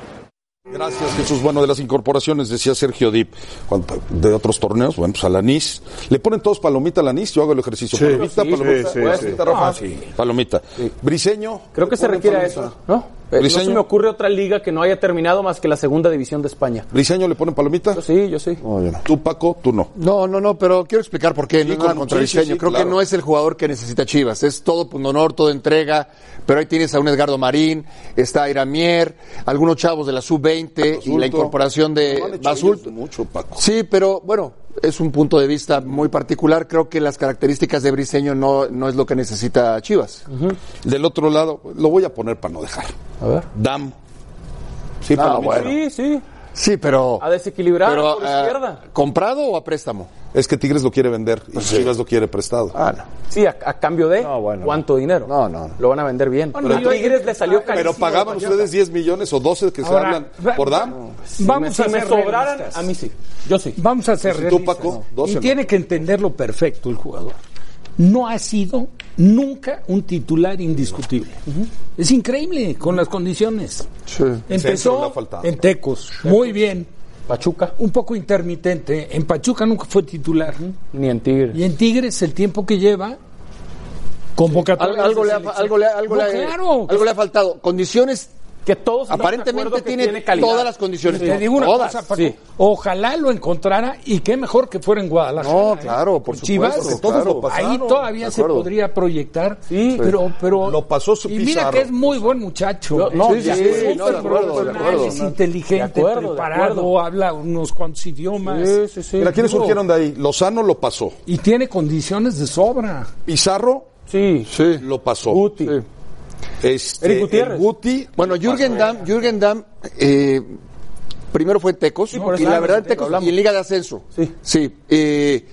S2: Gracias, Jesús. Bueno, de las incorporaciones, decía Sergio Dip, cuando- de otros torneos, bueno, pues al anís. ¿Le ponen todos palomita al anís? Yo hago el ejercicio.
S4: Sí.
S2: palomita,
S4: Sí,
S2: palomita.
S4: sí, sí,
S2: ¿Puedes
S4: sí.
S2: quitar, Rafa?
S4: Ah, sí.
S2: Palomita. Briseño.
S4: Creo que se refiere
S3: pues,
S4: a eso, ¿no? Eh, No se
S2: Briseño.
S4: me ocurre otra liga que no haya terminado más que la segunda división de España.
S2: ¿Briseño le ponen palomita? Yo
S4: sí, yo sí.
S2: Tú, Paco, tú no.
S5: No, no, no, pero quiero explicar por qué.
S2: Sí,
S5: no es
S2: claro,
S5: nada contra
S2: sí,
S5: Briseño.
S2: sí, sí,
S5: Creo
S2: claro.
S5: que no es el jugador que necesita Chivas. Es todo punto honor, todo entrega. Pero ahí tienes a un Edgardo Marín, está Iramier, algunos chavos de la sub-20 y la incorporación de Basulto.
S2: Mucho, Paco.
S5: Sí, pero bueno, es un punto de vista muy particular. Creo que las características de Briseño no, no es lo que necesita Chivas.
S2: Del otro lado, lo voy a poner para no dejar.
S5: A ver.
S2: Dam. Sí,
S5: Ah,
S2: palomita. Ah,
S5: bueno.
S4: Sí, sí.
S5: Sí, pero.
S4: A desequilibrar
S5: Pero,
S4: por
S2: eh,
S5: ah,
S4: izquierda.
S5: ¿Comprado o a préstamo?
S2: Es que Tigres lo quiere vender y Chivas lo quiere prestado.
S5: Ah, no.
S4: Sí, a, a cambio de cuánto dinero. No, no, Lo van a vender bien.
S2: Pero
S4: pero a Tigres le salió carísimo.
S2: Pero pagaban
S4: Pachuca.
S2: ustedes 10 millones o 12 que
S4: Ahora,
S2: se hablan por
S4: va-
S2: Dam.
S4: Si
S3: Vamos
S4: me-
S3: a
S4: si me
S3: ser
S4: sobraran,
S3: realistas.
S4: a mí sí. Yo sí.
S3: Vamos a ser
S4: ¿Y tú,
S3: realistas.
S4: Paco? Doce,
S3: y
S4: ¿no?
S3: tiene que entenderlo perfecto el jugador. No ha sido nunca un titular indiscutible. Es increíble con las condiciones.
S2: Centro le ha
S3: Empezó
S2: faltado.
S3: en Tecos, muy bien.
S4: Pachuca.
S3: Un poco intermitente. En Pachuca nunca fue titular.
S4: Ni en Tigres.
S3: Y en Tigres el tiempo que lleva, convocatoria.
S5: Al- algo, le ha, algo, le ha- algo le ha- algo le ha faltado. Condiciones
S4: que todos
S5: aparentemente tiene, todas las condiciones.
S3: Te digo una
S5: todas.
S3: cosa, Paco, Ojalá lo encontrara y qué mejor que fuera en Guadalajara. No,
S5: claro, por
S3: Chivas,
S2: supuesto, porque todos lo pasaron,
S3: ahí todavía
S2: de
S3: se
S2: acuerdo.
S3: podría proyectar, pero, pero
S2: Lo pasó su
S3: y mira que es muy buen muchacho.
S2: Yo- no, Sí, sí,
S3: es
S2: sí,
S3: súper
S2: no, de acuerdo,
S3: profesional,
S2: de acuerdo.
S3: es inteligente,
S2: De acuerdo, de
S3: preparado,
S2: acuerdo.
S3: habla unos cuantos idiomas.
S2: Mira, ¿quiénes
S3: Digo,
S2: surgieron de ahí? Lozano lo pasó.
S3: Y tiene condiciones de sobra.
S2: Pizarro
S4: sí,
S2: lo pasó. Guti. Este, el Guti.
S5: Bueno, Jürgen Damm, Jürgen Damm, eh, primero fue en Tecos,
S2: por
S5: y
S2: eso
S5: la
S2: hablamos
S5: verdad en
S2: de Tecos,
S5: Tecos,
S2: hablamos.
S5: y en Liga de Ascenso. Sí. eh,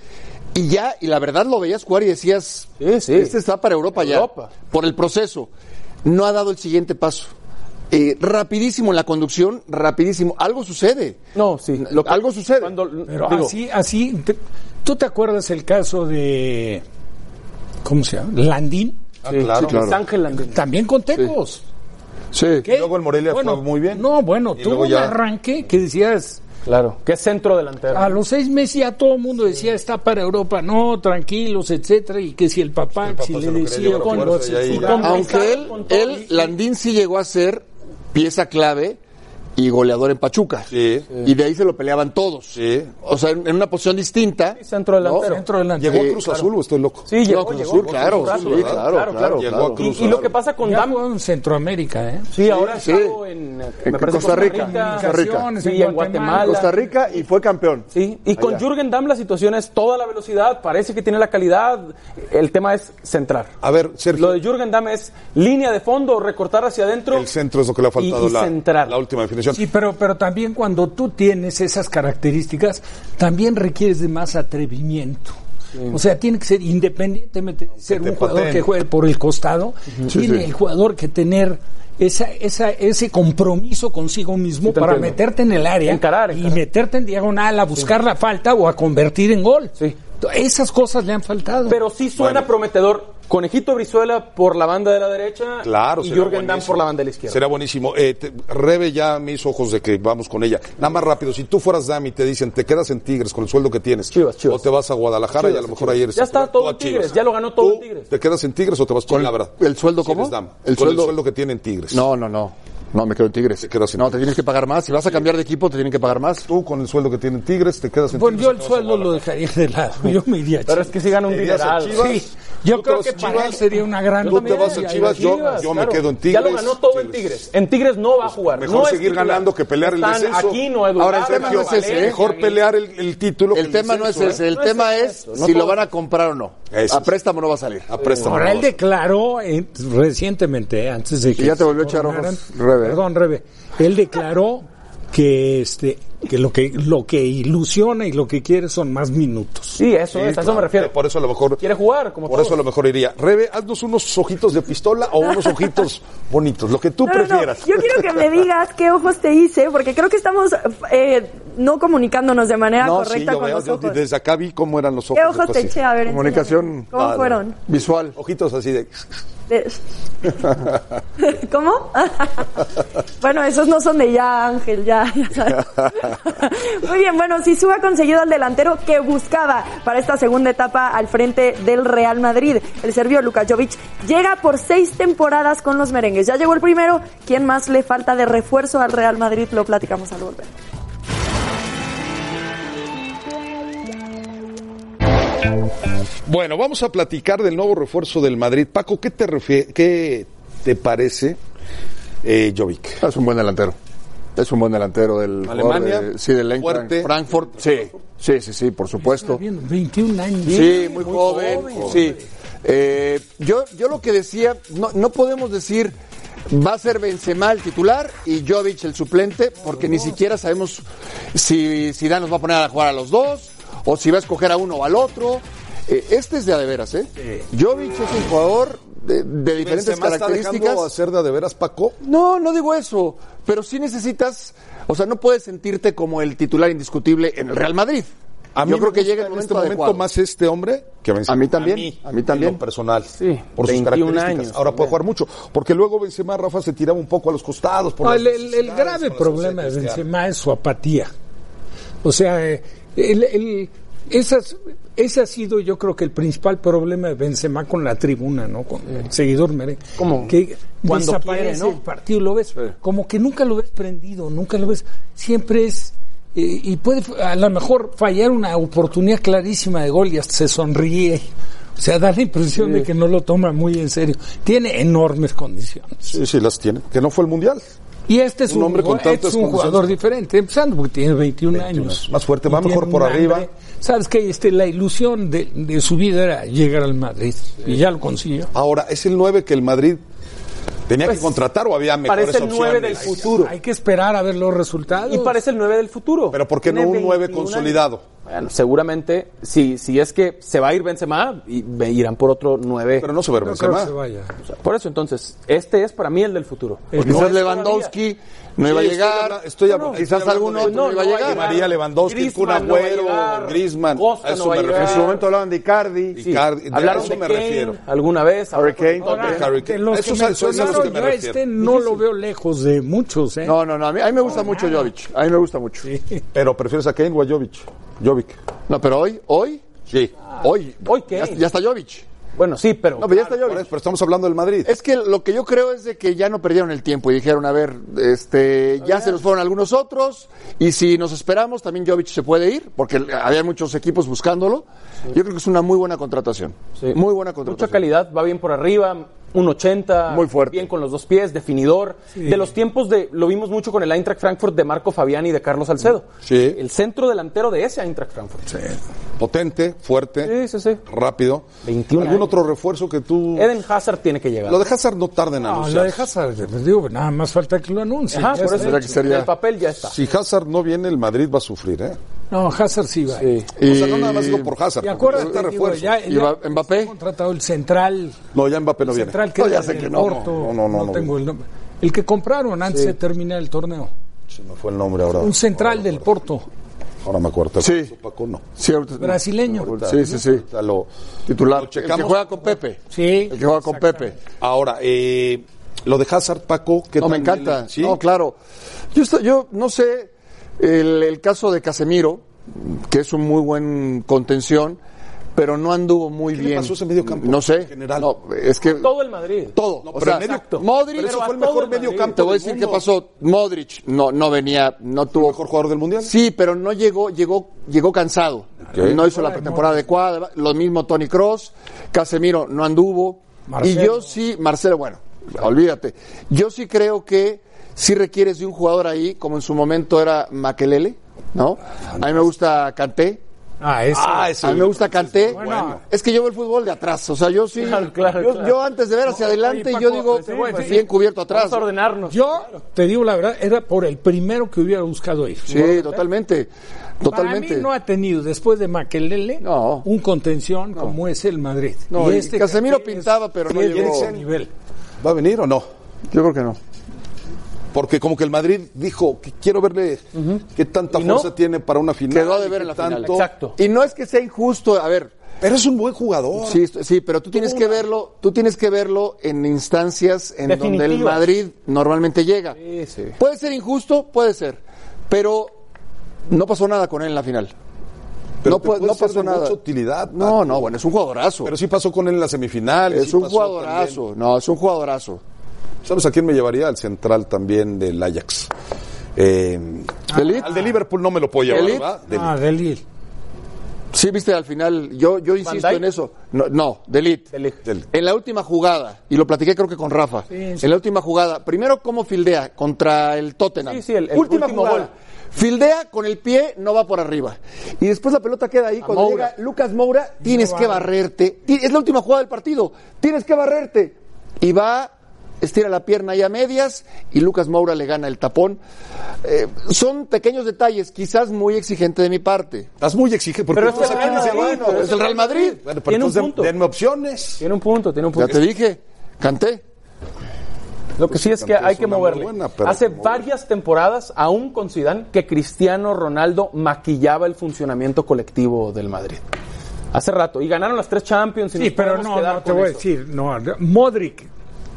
S5: y ya, y la verdad lo veías jugar y decías, este está para Europa,
S4: Europa.
S5: ya, por el proceso. No ha dado el siguiente paso. Eh, rapidísimo en la conducción, rapidísimo. Algo sucede.
S4: No, sí.
S5: Algo sucede.
S3: Pero así, así. te- ¿Tú te acuerdas el caso de. ¿Cómo se llama? Landín.
S2: Ah, claro. Sí, claro.
S4: Ángel Landín.
S3: También con Tecos.
S5: Sí.
S3: ¿Qué?
S2: Luego el Morelia fue muy bien.
S3: No, bueno,
S2: Y
S3: tuvo
S2: luego
S3: un
S2: ya-
S3: arranque que decías.
S4: Claro, que es centro delantero.
S3: A los seis meses ya todo el mundo decía está para Europa, no, tranquilos, etcétera, y que si el papá, si
S5: se
S3: le
S5: lo quería
S3: decía
S5: llevar a
S3: con
S5: fuerza,
S3: los-
S5: y ahí
S3: su
S5: ya.
S3: compa-
S5: Aunque él, él, Landín sí llegó a ser pieza clave y goleador en Pachuca. Y de ahí se lo peleaban todos. O sea, en en una posición distinta.
S4: centro delantero.
S2: Llegó a Cruz Azul o estoy loco.
S4: Sí, llegó,
S5: No, Cruz
S4: llegó.
S5: Azul,
S4: Cruz
S5: claro,
S4: Azul,
S5: sí,
S4: ¿verdad?
S5: claro, claro,
S4: Llegó
S5: claro.
S4: a Cruz Y- y lo que pasa con
S3: Ya
S4: Dam-
S3: jugó en Centroamérica, ¿eh?
S4: Sí, ahora ha estado en, eh, me parece,
S5: Costa Rica, Costa Rica.
S4: Comunicaciones,
S5: Sí,
S4: y en Guatemala.
S10: Costa Rica y fue campeón.
S4: Sí, y con
S10: Allá.
S4: Jürgen Damm la situación es toda la velocidad, parece que tiene la calidad, el tema es centrar.
S2: A ver, Sergio.
S4: Lo de Jürgen Damm es línea de fondo, recortar hacia adentro.
S2: El centro es lo que le ha faltado
S4: y
S2: la, la última definición.
S3: Sí, pero, pero también cuando tú tienes esas características, también requieres de más atrevimiento. O sea, tiene que ser independientemente de ser
S2: te
S3: un jugador
S2: pateen.
S3: que juegue por el costado,
S2: Ujú. Sí,
S3: tiene
S2: sí.
S3: el jugador que tener esa, esa, ese compromiso consigo mismo
S4: Sí, te
S3: para
S4: entiendo.
S3: meterte en el área y meterte en diagonal a buscar la falta o a convertir en gol. Esas cosas le han faltado.
S4: Pero sí suena prometedor. Conejito Brizuela por la banda de la derecha
S2: Claro,
S4: y
S2: será
S4: Jürgen Damm
S2: buenísimo.
S4: por la banda de la izquierda.
S2: Será buenísimo. Eh, te- Rebe ya mis ojos de que vamos con ella. Nada más rápido, si tú fueras Dami y te dicen, te quedas en Tigres con el sueldo que tienes. O te vas a Guadalajara y a lo
S4: Chivas,
S2: mejor
S4: Chivas.
S2: ahí eres.
S4: Ya está todo en
S2: Chivas.
S4: Tigres, ya lo ganó todo en Tigres.
S2: ¿Te quedas en Tigres o te vas con la verdad?
S5: ¿El sueldo
S2: cómo?
S5: ¿El
S2: ¿El sueldo?
S5: sueldo?
S2: el sueldo que tiene en Tigres.
S5: No, no, no. No, me quedo en Tigres. no, te tienes que pagar más. Si vas a cambiar de equipo, te tienen que pagar más.
S2: Tú con el sueldo que tienen Tigres, te quedas en
S3: Bueno, yo el sueldo lo dejaría de lado. Yo me iría a
S2: Pero es que si gana un
S3: Te irías a
S2: dineral.
S3: Sí, yo
S2: ¿Tú te
S3: creo
S2: vas
S3: que
S2: a
S3: para
S2: Chivas?
S3: él sería una gran...
S2: Tú te vas a Chivas, yo- yo me quedo en Tigres.
S4: Ya lo ganó todo en Tigres. En Tigres no va a jugar.
S2: Mejor
S4: no es
S2: seguir
S4: titular.
S2: ganando que pelear el
S4: Están
S2: descenso.
S4: Aquí no Eduardo,
S2: Ahora el tema no es
S4: Valencia,
S2: ese, ¿eh? Mejor
S4: Guiñac.
S2: pelear el, el título. que
S5: El tema no es
S2: descenso,
S5: ese.
S2: ¿eh?
S5: El tema es
S4: no
S5: si
S4: todo
S5: lo van a comprar o no.
S2: Eso
S5: A
S2: es.
S5: préstamo no va a salir.
S2: A préstamo.
S3: Ahora, él declaró eh, recientemente, eh, antes de que...
S5: Y ya te volvió a
S3: se
S5: echar ojos,
S3: coronaran.
S5: Rebe.
S3: Perdón, Rebe. Él declaró que este que lo que lo que ilusiona y lo que quiere son más minutos.
S4: Sí,
S2: Sí,
S4: eso es, a eso
S2: claro.
S4: me refiero.
S2: Por eso a lo mejor.
S4: Quiere jugar, como
S2: Por
S4: todos.
S2: eso a lo mejor iría. Rebe, haznos unos ojitos de pistola o unos ojitos bonitos, lo que tú
S11: No, no, no.
S2: prefieras.
S11: Yo quiero que me digas qué ojos te hice, porque creo que estamos eh, no comunicándonos de manera
S2: No, sí,
S11: correcta
S2: yo
S11: con
S2: veo,
S11: los
S2: yo
S11: ojos.
S2: desde acá vi cómo eran los ojos.
S11: ¿Qué ojos
S2: después
S11: te
S2: así.
S11: eché? A ver, enséñame. ¿Cómo
S2: Vale.
S11: fueron?
S5: Visual.
S2: Ojitos así de...
S11: De- ¿Cómo? bueno, esos no son de ya, Ángel, ya, ya sabes. Muy bien, bueno, Sisu ha conseguido al delantero que buscaba para esta segunda etapa al frente del Real Madrid. El serbio Luka Jovic llega por seis temporadas con los merengues. Ya llegó el primero. ¿Quién más le falta de refuerzo al Real Madrid? Lo platicamos al volver.
S2: Bueno, vamos a platicar del nuevo refuerzo del Madrid. Paco, ¿qué te, refie- qué te parece eh, Jovic?
S5: Es un buen delantero. Es un buen delantero del jugador
S2: Alemania,
S5: de- sí, del Eintracht
S2: fuerte.
S5: Frankfurt. Sí, sí, sí, sí, por supuesto.
S3: 21 años.
S5: Sí, muy, joven. Sí. Eh, yo, yo lo que decía, no, no podemos decir va a ser Benzema el titular y Jovic el suplente, porque ni siquiera sabemos si Zidane nos va a poner a jugar a los dos o si va a escoger a uno o al otro. Eh, este es de a de veras, ¿eh? Jovic es un jugador de, de diferentes
S2: Benzema está
S5: características.
S2: dejando hacer de a de veras Paco?
S5: No, no digo eso, pero sí necesitas, o sea, no puedes sentirte como el titular indiscutible en el Real Madrid.
S2: A mí
S5: Yo
S2: me
S5: creo que
S2: gusta
S5: llega el
S2: en
S5: momento,
S2: este momento
S5: adecuado.
S2: más este hombre que Benzema.
S5: A mí también, a mí también.
S2: en lo personal.
S5: Sí,
S2: por sus
S5: 21
S2: características.
S5: años
S2: Ahora puede jugar mucho, porque luego Benzema Rafa se tiraba un poco a los costados por
S3: No,
S2: las
S3: el, el- el
S2: necesidades,
S3: grave
S2: por las
S3: problema de
S2: cosas que hay.
S3: Benzema es su apatía. O sea, eh, el- el- esas- ese ha sido yo creo que el principal problema de Benzema con la tribuna, ¿no? Con el seguidor merengue. Que
S4: Cuando
S3: desaparece
S4: quiere, ¿no?
S3: el partido, lo ves como que nunca lo ves prendido, nunca lo ves, siempre es... eh, y puede a lo mejor fallar una oportunidad clarísima de gol y hasta se sonríe. O sea, da la impresión de que no lo toma muy en serio. Tiene enormes condiciones.
S2: Sí, sí, las tiene. Que no fue el mundial.
S3: Y este es
S2: Un
S3: un,
S2: hombre con
S3: este es
S2: tantas
S3: un
S2: condiciones.
S3: jugador diferente, empezando porque tiene 21, años.
S2: Más fuerte, va
S3: Y tiene
S2: mejor por
S3: un
S2: arriba.
S3: hambre. Sabes que este, la ilusión de, de su vida era llegar al Madrid y ya lo consiguió.
S2: Ahora, es el 9 que el Madrid tenía que contratar o había mejores
S3: parece el
S2: opciones.
S3: nueve del futuro. Hay que esperar a ver los resultados.
S4: Y parece el 9 del futuro. Pero
S2: ¿por qué no un 9 consolidado?
S4: Bueno, seguramente, si, si es que se va a ir Benzema, y ve- irán por otro 9. Pero
S2: no se va a ir
S3: No creo que se vaya.
S4: Por eso, entonces, este es para mí el del futuro.
S5: Porque
S4: No
S5: quizás
S4: es
S5: Lewandowski no iba a
S4: Sí,
S5: llegar.
S4: estoy habla- estoy habla- estoy
S5: quizás
S4: hablando
S5: algún
S4: de-
S5: otro no,
S4: no,
S5: iba a
S4: no va a
S5: llegar.
S4: llegar. María
S2: Lewandowski, Kun
S4: Griezmann no va a
S2: Agüero,
S4: llegar.
S2: Griezmann.
S4: Costa
S2: A
S4: no
S2: eso
S4: va a
S2: me
S4: llegar.
S2: refiero.
S10: En su momento hablaban de Icardi.
S4: Sí.
S2: Icardi, a
S4: Hablaron
S2: eso
S4: de
S2: me
S4: Kane
S2: refiero.
S4: alguna vez.
S10: Harry Kane.
S4: Ahora,
S2: Harry Kane.
S3: De los
S2: Esos
S3: que
S2: son- son esos que
S3: mencionaron,
S2: me
S3: yo a este
S2: refiero.
S3: no lo veo lejos de muchos. ¿eh?
S5: No, no, no. A mí, a mí me gusta mucho Jovic. A mí me gusta mucho.
S2: Pero prefieres a Kane o a Jovic. Jovic.
S5: No, pero hoy, hoy,
S2: Sí.
S5: hoy.
S4: Hoy qué.
S5: Ya, ya está Jovic.
S4: Bueno, sí, pero.
S5: No, pero ya está Jovic.
S2: Pero estamos hablando del Madrid.
S5: Es que lo que yo creo es de que ya no perdieron el tiempo y dijeron, a ver, este, ya se nos fueron algunos otros y si nos esperamos también Jovic se puede ir porque había muchos equipos buscándolo. Yo creo que es una muy buena contratación.
S4: Sí.
S5: Muy buena
S4: Mucha
S5: contratación.
S4: calidad, va bien por arriba, un 80,
S5: Muy fuerte.
S4: bien con los dos pies, definidor. De los tiempos de, lo vimos mucho con el Eintracht Frankfurt de Marco Fabián y de Carlos Salcedo.
S2: Sí.
S4: El centro delantero de ese Eintracht Frankfurt.
S2: Sí. Potente, fuerte,
S4: Sí, sí, sí.
S2: rápido. ¿Algún otro refuerzo que tú...
S4: Eden Hazard tiene que llegar.
S2: Lo de Hazard no Ah, tarda en
S3: No,
S2: anunciarse.
S3: lo dejas a- digo, nada más falta que lo anuncie.
S4: Ajá,
S3: Ya
S4: por
S3: está
S4: eso.
S3: hecho.
S5: que sería-
S4: En el papel ya está.
S2: Si Hazard no viene, el Madrid va a sufrir, ¿eh?
S3: No, Hazard sí va.
S2: O sea, no nada más digo por Hazard.
S3: Y
S2: porque
S3: acuérdate,
S2: ahorita
S3: digo,
S2: refuerzos.
S3: ya, ya se ha contratado el central.
S2: No, ya Mbappé no viene.
S3: Central que
S2: No, ya
S3: era
S2: sé
S3: del
S2: que no. no,
S3: Porto,
S2: No, no, no. no,
S3: tengo el nombre. El que compraron antes
S2: Sí.
S3: de terminar el torneo.
S2: Se me fue el nombre ahora.
S3: Un central del Porto.
S2: Ahora me acuerdo.
S5: Sí.
S2: Paco, no.
S5: Sí, ahorita-
S3: Brasileño.
S5: Sí, sí, sí.
S2: Ya lo,
S5: Titular.
S2: Lo
S5: El
S2: checamos.
S5: que juega con Pepe.
S3: Sí.
S5: El que juega con Pepe.
S2: Ahora, eh, lo de Hazard, Paco, ¿qué
S5: No, me
S2: tal?
S5: encanta.
S2: Sí.
S5: No, claro. Yo, estoy- yo no sé el, el caso de Casemiro, que es un muy buen contención, pero no anduvo muy
S2: ¿Qué le
S5: bien.
S2: pasó a ese medio campo
S5: No sé.
S2: en general?
S5: No, es que
S4: Todo el Madrid.
S5: todo.
S2: No,
S5: o
S2: pero
S5: sea,
S2: el medio-
S5: exacto.
S2: Modric,
S5: Pero
S2: eso
S5: a
S2: fue el
S5: todo
S2: mejor
S5: Madrid.
S2: mediocampo
S5: Te voy a
S2: del
S5: decir qué
S2: mundo.
S5: pasó. Modric no, no venía, no tuvo.
S2: mejor jugador del mundial?
S5: Sí, pero no llegó, llegó, llegó cansado.
S2: Ok.
S5: No hizo la pretemporada adecuada. Lo mismo Tony Cross. Casemiro no anduvo.
S3: Marcelo.
S5: Y yo sí, Marcelo, bueno, olvídate. Yo sí creo que sí requieres de un jugador ahí, como en su momento era Maquelele, ¿no? A mí me gusta Canté.
S3: Ah, ese.
S2: Ah, ese.
S5: A mí me gusta Canté.
S3: bueno.
S5: Es que yo veo el fútbol de atrás. O sea, yo sí.
S4: Claro, claro,
S5: yo,
S4: claro.
S5: yo antes de ver hacia adelante, yo digo,
S4: sí, pues, sí.
S5: bien cubierto atrás.
S4: Vamos a ordenarnos.
S3: Yo te digo la verdad, era por el primero que hubiera buscado ir.
S5: Sí, totalmente.
S3: Para
S5: Totalmente.
S3: mí no ha tenido, después de Maquelele,
S5: No.
S3: un contención como es el Madrid.
S5: No, y Casemiro
S3: Kanté es-
S5: pintaba, pero no
S3: es de
S5: llegó.
S3: este ese nivel.
S2: ¿Va a venir o no?
S5: Yo creo que no.
S2: Porque como que el Madrid dijo que quiero verle qué tanta
S4: ¿Y no?
S2: fuerza tiene para una final.
S5: Quedó de
S2: y
S5: ver
S2: qué
S5: en la final.
S2: tanto-
S4: Exacto.
S5: Y no es que sea injusto, a ver,
S2: Pero es un buen jugador.
S5: sí, esto- sí, pero tú tienes que verlo, tú tienes que verlo en instancias en donde el
S4: Definitivas.
S5: Madrid normalmente llega.
S4: Sí, sí.
S5: Puede ser injusto, puede ser, pero no pasó nada con él en la final.
S2: Pero
S5: no
S2: te
S5: pa-
S2: puede
S5: no
S2: ser
S5: pasó
S2: de
S5: nada.
S2: mucha utilidad.
S5: No, no, bueno, es un jugadorazo.
S2: Pero sí pasó con él en la semifinal.
S5: es un jugadorazo, no, es un jugadorazo.
S2: ¿Sabes a quién me llevaría? Al central también del Ajax. Eh,
S5: Elite.
S2: al de Liverpool no me lo puedo llevar,
S5: Elite.
S2: ¿verdad? Del-
S3: Ah, del Lille.
S5: Sí, viste, al final, yo, yo insisto
S4: Dijk?
S5: en eso. No, no Delit.
S4: Del-
S2: del-
S5: En la última jugada, y lo platiqué creo que con Rafa,
S3: Sí, sí.
S5: en la última jugada, primero cómo fildea contra el Tottenham.
S4: Sí, sí, el- el
S5: última
S4: último
S5: jugada.
S4: gol.
S5: Fildea con el pie, no va por arriba.
S10: Y después la pelota queda ahí. Cuando
S5: Moura.
S10: llega Lucas Moura,
S5: Tienes que barrerte. Ti- Es la última jugada del partido.
S10: tienes que barrerte.
S5: Y va, estira la pierna ahí a medias y Lucas Moura le gana el tapón. Eh, son pequeños detalles, quizás muy exigente de mi parte.
S2: Estás muy exigente. Porque
S4: Pero es
S2: estás
S4: el
S2: aquí
S4: Real
S2: diciendo,
S4: Madrid,
S2: bueno,
S4: pero
S5: es el Real Madrid.
S2: Bueno, pero
S4: Tiene un
S2: entonces
S4: punto.
S2: denme opciones.
S4: Tiene un punto, tiene un
S5: Ya
S4: punto.
S5: te dije, canté.
S4: Lo que sí es que
S2: Kanté
S4: hay
S2: es
S4: que
S2: una muy
S4: moverle.
S2: buena, pero
S4: Hace
S2: como-
S4: varias temporadas, aún con Zidane, que Cristiano Ronaldo maquillaba el funcionamiento colectivo del Madrid. Hace rato. Y ganaron las tres Champions. Y
S3: Sí,
S4: nos
S3: pero
S4: podemos
S3: no,
S4: quedar
S3: no te
S4: con
S3: voy a
S4: eso.
S3: decir. No, no, Modric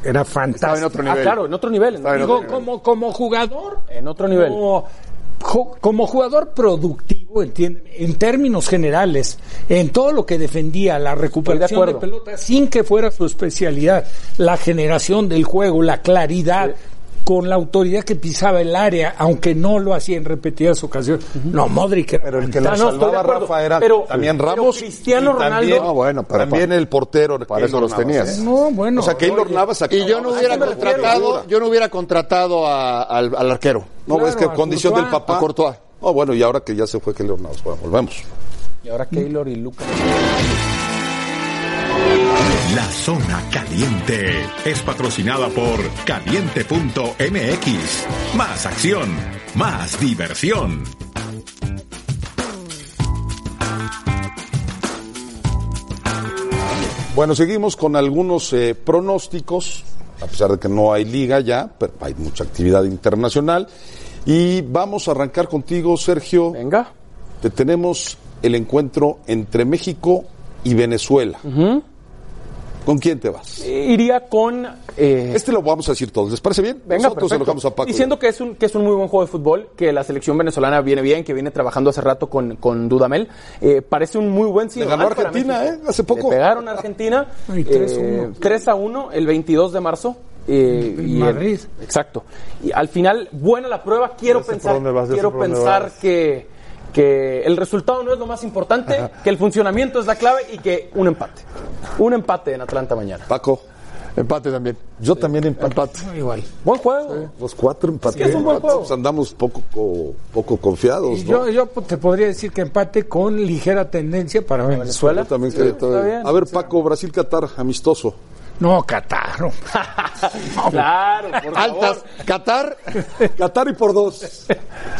S3: era fantástico.
S5: Estaba en otro
S4: Ah,
S5: nivel.
S4: claro, en otro nivel. ¿no?
S5: en
S4: Digo,
S5: otro
S3: Digo,
S5: nivel.
S3: como, como jugador.
S4: En otro nivel.
S3: Como, ju- como jugador productivo, entiende, en términos generales, en todo lo que defendía, la recuperación de,
S4: acuerdo.
S3: pelota sin que fuera su especialidad, la generación del juego, la claridad. Con la autoridad que pisaba el área, aunque no lo hacía en repetidas ocasiones. No, Modric era
S2: Pero el que lo
S4: Ah, no, estoy de
S2: salvaba
S4: acuerdo.
S2: Rafa era
S4: Pero-
S2: también
S4: pero
S2: Ramos.
S4: Cristiano
S2: y también-
S4: Ronaldo-
S5: No, bueno, pero
S2: también
S5: para-
S2: el portero. Keylor
S5: eso los
S2: Navas,
S5: tenías.
S2: ¿eh?
S3: No, bueno.
S2: o sea, Keylor Navas
S5: Y yo no
S2: acababa-
S5: hubiera
S2: Ah, me refiero.
S5: contratado, yo no hubiera contratado a- al, al arquero.
S2: No,
S3: Claro,
S2: es que
S3: a
S2: condición
S3: Courtois.
S2: del
S4: Ah.
S2: papá.
S5: A Courtois.
S2: Oh, bueno, y ahora que ya se fue Keylor Navas, bueno, volvemos.
S4: Y ahora Keylor y Lucas.
S16: La zona caliente es patrocinada por caliente.mx. Más acción, más diversión.
S2: Bueno, seguimos con algunos eh, pronósticos, a pesar de que no hay liga ya, pero hay mucha actividad internacional. Y vamos a arrancar contigo, Sergio.
S4: Venga.
S2: Te tenemos el encuentro entre México y Venezuela. ¿Con quién te vas?
S4: Iría con. eh,
S2: Este lo vamos a decir todos. ¿Les parece bien?
S4: Venga,
S2: Nosotros se lo
S4: perfecto.
S2: dejamos a Paco.
S4: Diciendo que es, un, que es un muy buen juego de fútbol, que la selección venezolana viene bien, que viene trabajando hace rato con, con Dudamel. Eh, parece un muy buen
S2: Le
S4: sino
S2: ganó Argentina, ¿eh? Hace poco.
S4: Le pegaron a Argentina.
S3: Ay, 3-1.
S4: 3 a 1 el 22 de marzo. eh,
S3: En
S4: y el-
S3: Madrid.
S4: exacto. Y al final, buena la prueba. Quiero
S10: Ya sé por
S4: pensar,
S10: dónde vas, ya sé
S4: quiero
S10: por dónde
S4: pensar
S10: vas.
S4: que, que el resultado no es lo más importante, que el funcionamiento es la clave y que un empate. Un empate en Atlanta mañana.
S2: Paco,
S5: Empate también.
S2: yo también empate.
S3: No, igual.
S4: Buen juego.
S2: Los cuatro empates.
S4: es un buen juego.
S2: Pues andamos poco, co- poco confiados,
S3: Y
S2: ¿no?
S3: yo, yo te podría decir que empate con ligera tendencia para Venezuela.
S2: Yo también creo.
S4: está bien.
S2: A ver, Paco, Brasil-Catar, amistoso.
S3: No, Qatar. hombre. No,
S5: Claro, por favor. Altas.
S2: Qatar, Qatar y por dos.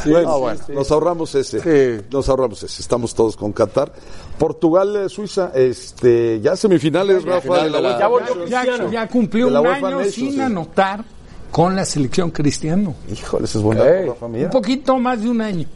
S2: bueno, bueno, nos ahorramos ese. Nos ahorramos ese. Estamos todos con Qatar. Portugal, eh, Suiza, este, ya semifinales, Rafa. de la UEFA.
S3: ya, ya- ya cumplió
S2: De la
S3: un
S2: UEFA
S3: año
S2: Nations,
S3: sin
S2: sí.
S3: anotar con la selección cristiano.
S2: Híjole, ese es buen dato, Rafa, mira.
S3: Un poquito más de un año.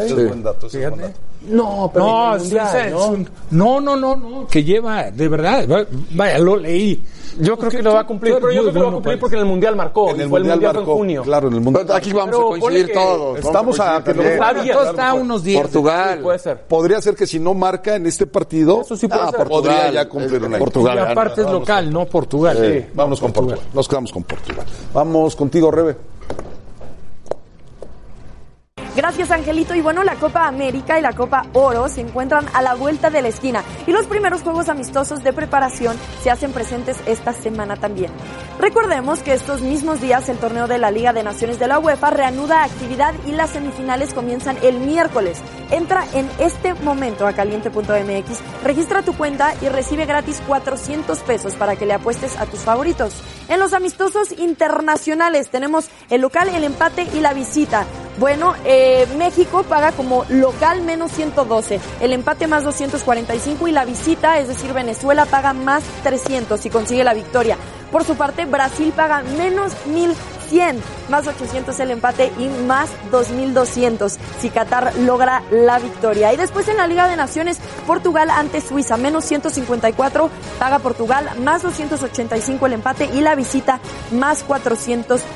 S2: Ese es buen dato, ese es buen dato.
S3: No,
S2: pero en
S3: no,
S2: el mundial,
S3: Suiza es
S2: ¿no?
S3: un- no, no, no, no, que lleva, de verdad, va- vaya, lo leí.
S4: Yo creo que lo va a cumplir, pero yo creo que lo va a cumplir porque en el Mundial marcó.
S2: En el
S4: fue
S2: mundial
S4: el Mundial fue
S2: marcó,
S4: en junio.
S2: claro, en el mundial.
S5: Pero aquí vamos a
S4: ponle
S5: coincidir
S4: que-
S5: todos,
S2: Estamos a que
S4: también.
S2: lo-
S4: Está bien.
S2: Portugal.
S4: Está a unos
S3: días.
S2: Portugal.
S4: Sí, puede ser.
S2: Podría ser que si no marca en este partido,
S4: puede ser.
S2: podría
S4: Portugal.
S5: eh,
S2: ya cumplir un año.
S3: Y aparte es local, no Portugal.
S2: Sí, vámonos con Portugal. Nos quedamos con Portugal. Vamos contigo, Rebe.
S11: Gracias, Angelito. Y bueno, la Copa América y la Copa Oro se encuentran a la vuelta de la esquina. Y los primeros juegos amistosos de preparación se hacen presentes esta semana también. Recordemos que estos mismos días el torneo de la Liga de Naciones de la UEFA reanuda actividad y las semifinales comienzan el miércoles. Entra en este momento a caliente.mx, registra tu cuenta y recibe gratis 400 pesos para que le apuestes a tus favoritos. En los amistosos internacionales tenemos el local, el empate y la visita. Bueno, eh, México paga como local menos 112, el empate más 245 y la visita, es decir, Venezuela paga más 300 si consigue la victoria. Por su parte, Brasil paga menos 1100, más 800 el empate y más 2200 si Qatar logra la victoria. Y después en la Liga de Naciones, Portugal ante Suiza, menos 154 paga Portugal, más 285 el empate y la visita más 450.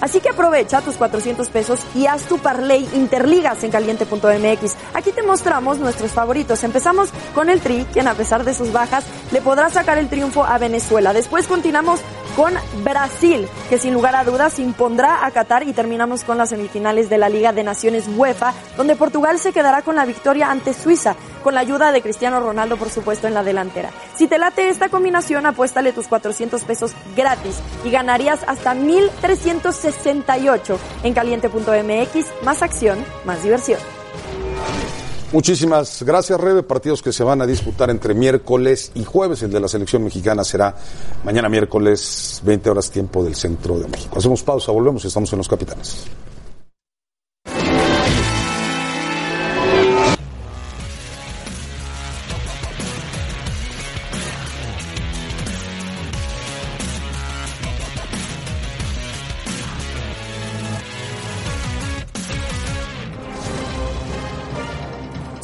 S11: Así que aprovecha tus 400 pesos y haz tu parlay interligas en caliente.mx. Aquí te mostramos nuestros favoritos. Empezamos con el Tri, quien a pesar de sus bajas le podrá sacar el triunfo a Venezuela. Después continuamos con Brasil, que sin lugar a dudas impondrá a Qatar y terminamos con las semifinales de la Liga de Naciones UEFA, donde Portugal se quedará con la victoria ante Suiza, con la ayuda de Cristiano Ronaldo, por supuesto, en la delantera. Si te late esta combinación, apuéstale tus 400 pesos gratis y ganarías hasta 1.368 en caliente.mx. Más acción, más diversión.
S2: Muchísimas gracias, Rebe. Partidos que se van a disputar entre miércoles y jueves. El de la selección mexicana será mañana miércoles, 20 horas tiempo del centro de México. Hacemos pausa, volvemos y estamos en los capitanes.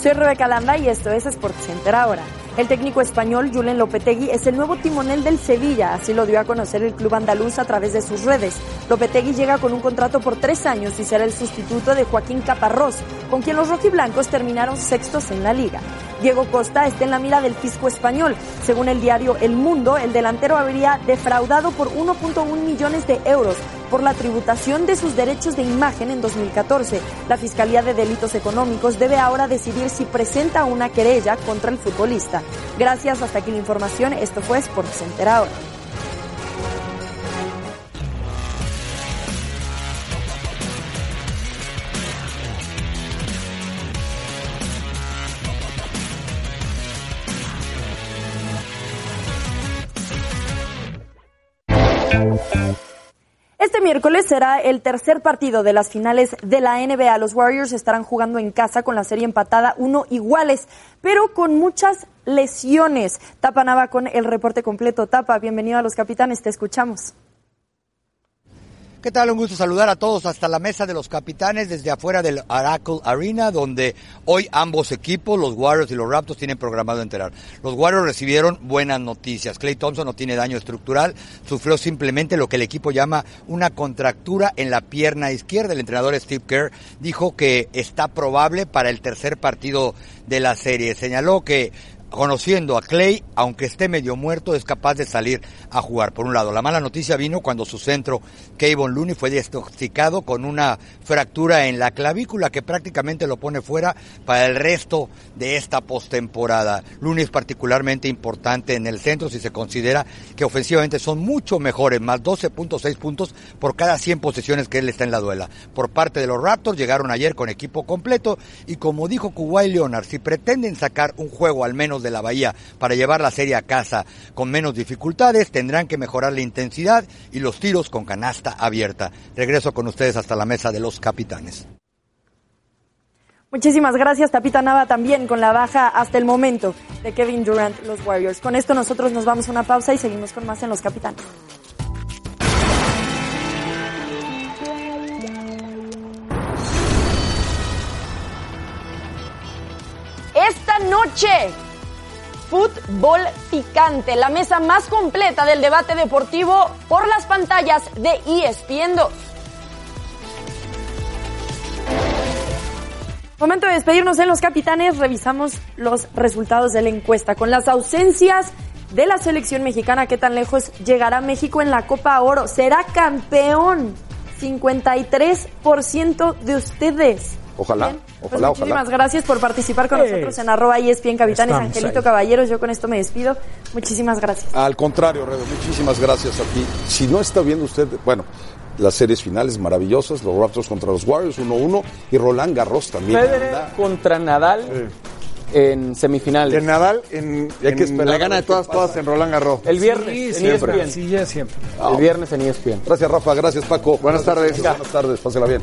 S11: Soy Rebeca Landa y esto es Sports Center ahora. El técnico español Julen Lopetegui es el nuevo timonel del Sevilla, así lo dio a conocer el club andaluz a través de sus redes. Lopetegui llega con un contrato por tres años y será el sustituto de Joaquín Caparrós, con quien los rojiblancos terminaron sextos en la liga. Diego Costa está en la mira del fisco español. Según el diario El Mundo, el delantero habría defraudado por 1.1 millones de euros por la tributación de sus derechos de imagen en 2014. La Fiscalía de Delitos Económicos debe ahora decidir si presenta una querella contra el futbolista. Gracias, hasta aquí la información. Esto fue Sports Center ahora. Este miércoles será el tercer partido de las finales de la NBA. Los Warriors estarán jugando en casa con la serie empatada uno iguales, pero con muchas lesiones. Tapa Nava con el reporte completo. Tapa, bienvenido a los capitanes, te escuchamos.
S17: ¿Qué tal? Un gusto saludar a todos hasta la mesa de los capitanes desde afuera del Oracle Arena, donde hoy ambos equipos, los Warriors y los Raptors, tienen programado enterar. Los Warriors recibieron buenas noticias. Clay Thompson no tiene daño estructural, sufrió simplemente lo que el equipo llama una contractura en la pierna izquierda. El entrenador Steve Kerr dijo que está probable para el tercer partido de la serie. Señaló que Conociendo a Clay, aunque esté medio muerto, es capaz de salir a jugar. Por un lado, la mala noticia vino cuando su centro, Kevin Looney, fue diagnosticado con una fractura en la clavícula que prácticamente lo pone fuera para el resto de esta postemporada. Looney es particularmente importante en el centro si se considera que ofensivamente son mucho mejores, más 12.6 puntos por cada 100 posesiones que él está en la duela. Por parte de los Raptors llegaron ayer con equipo completo y como dijo Kawhi Leonard, si pretenden sacar un juego al menos Marianos de la Bahía para llevar la serie a casa con menos dificultades, tendrán que mejorar la intensidad y los tiros con canasta abierta. Regreso con ustedes hasta la mesa de los capitanes.
S11: Muchísimas gracias, Tapita Nava, también con la baja hasta el momento de Kevin Durant, los Warriors. Con esto nosotros nos vamos a una pausa y seguimos con más en Los Capitanes. Esta noche, fútbol picante, la mesa más completa del debate deportivo por las pantallas de E ESPN 2. Momento de despedirnos en Los Capitanes, revisamos los resultados de la encuesta. Con las ausencias de la selección mexicana, ¿qué tan lejos llegará México en la Copa Oro? ¿Será campeón? 53% de ustedes.
S2: Ojalá,
S11: Pues
S2: ojalá,
S11: muchísimas
S2: ojalá.
S11: gracias por participar con
S2: Yes.
S11: nosotros en arroba E ESPN Capitanes.
S2: Estamos
S11: Angelito
S2: ahí.
S11: Caballeros, yo con esto me despido. Muchísimas gracias.
S2: Al contrario, Redo, muchísimas gracias a ti. Si no está viendo usted, bueno, las series finales maravillosas, los Raptors contra los Warriors 1-1 y Roland Garros también.
S4: Federer contra Nadal en semifinales. De
S10: Nadal en,
S4: en
S10: la gana de todas, todas en Roland Garros.
S4: El viernes en E
S10: siempre.
S4: ESPN.
S3: Sí, ya siempre.
S2: Ah,
S4: El viernes
S5: E
S4: en ESPN.
S2: Gracias, Rafa. Gracias, Paco.
S10: Buenas tardes.
S2: Buenas tardes. Pásela bien.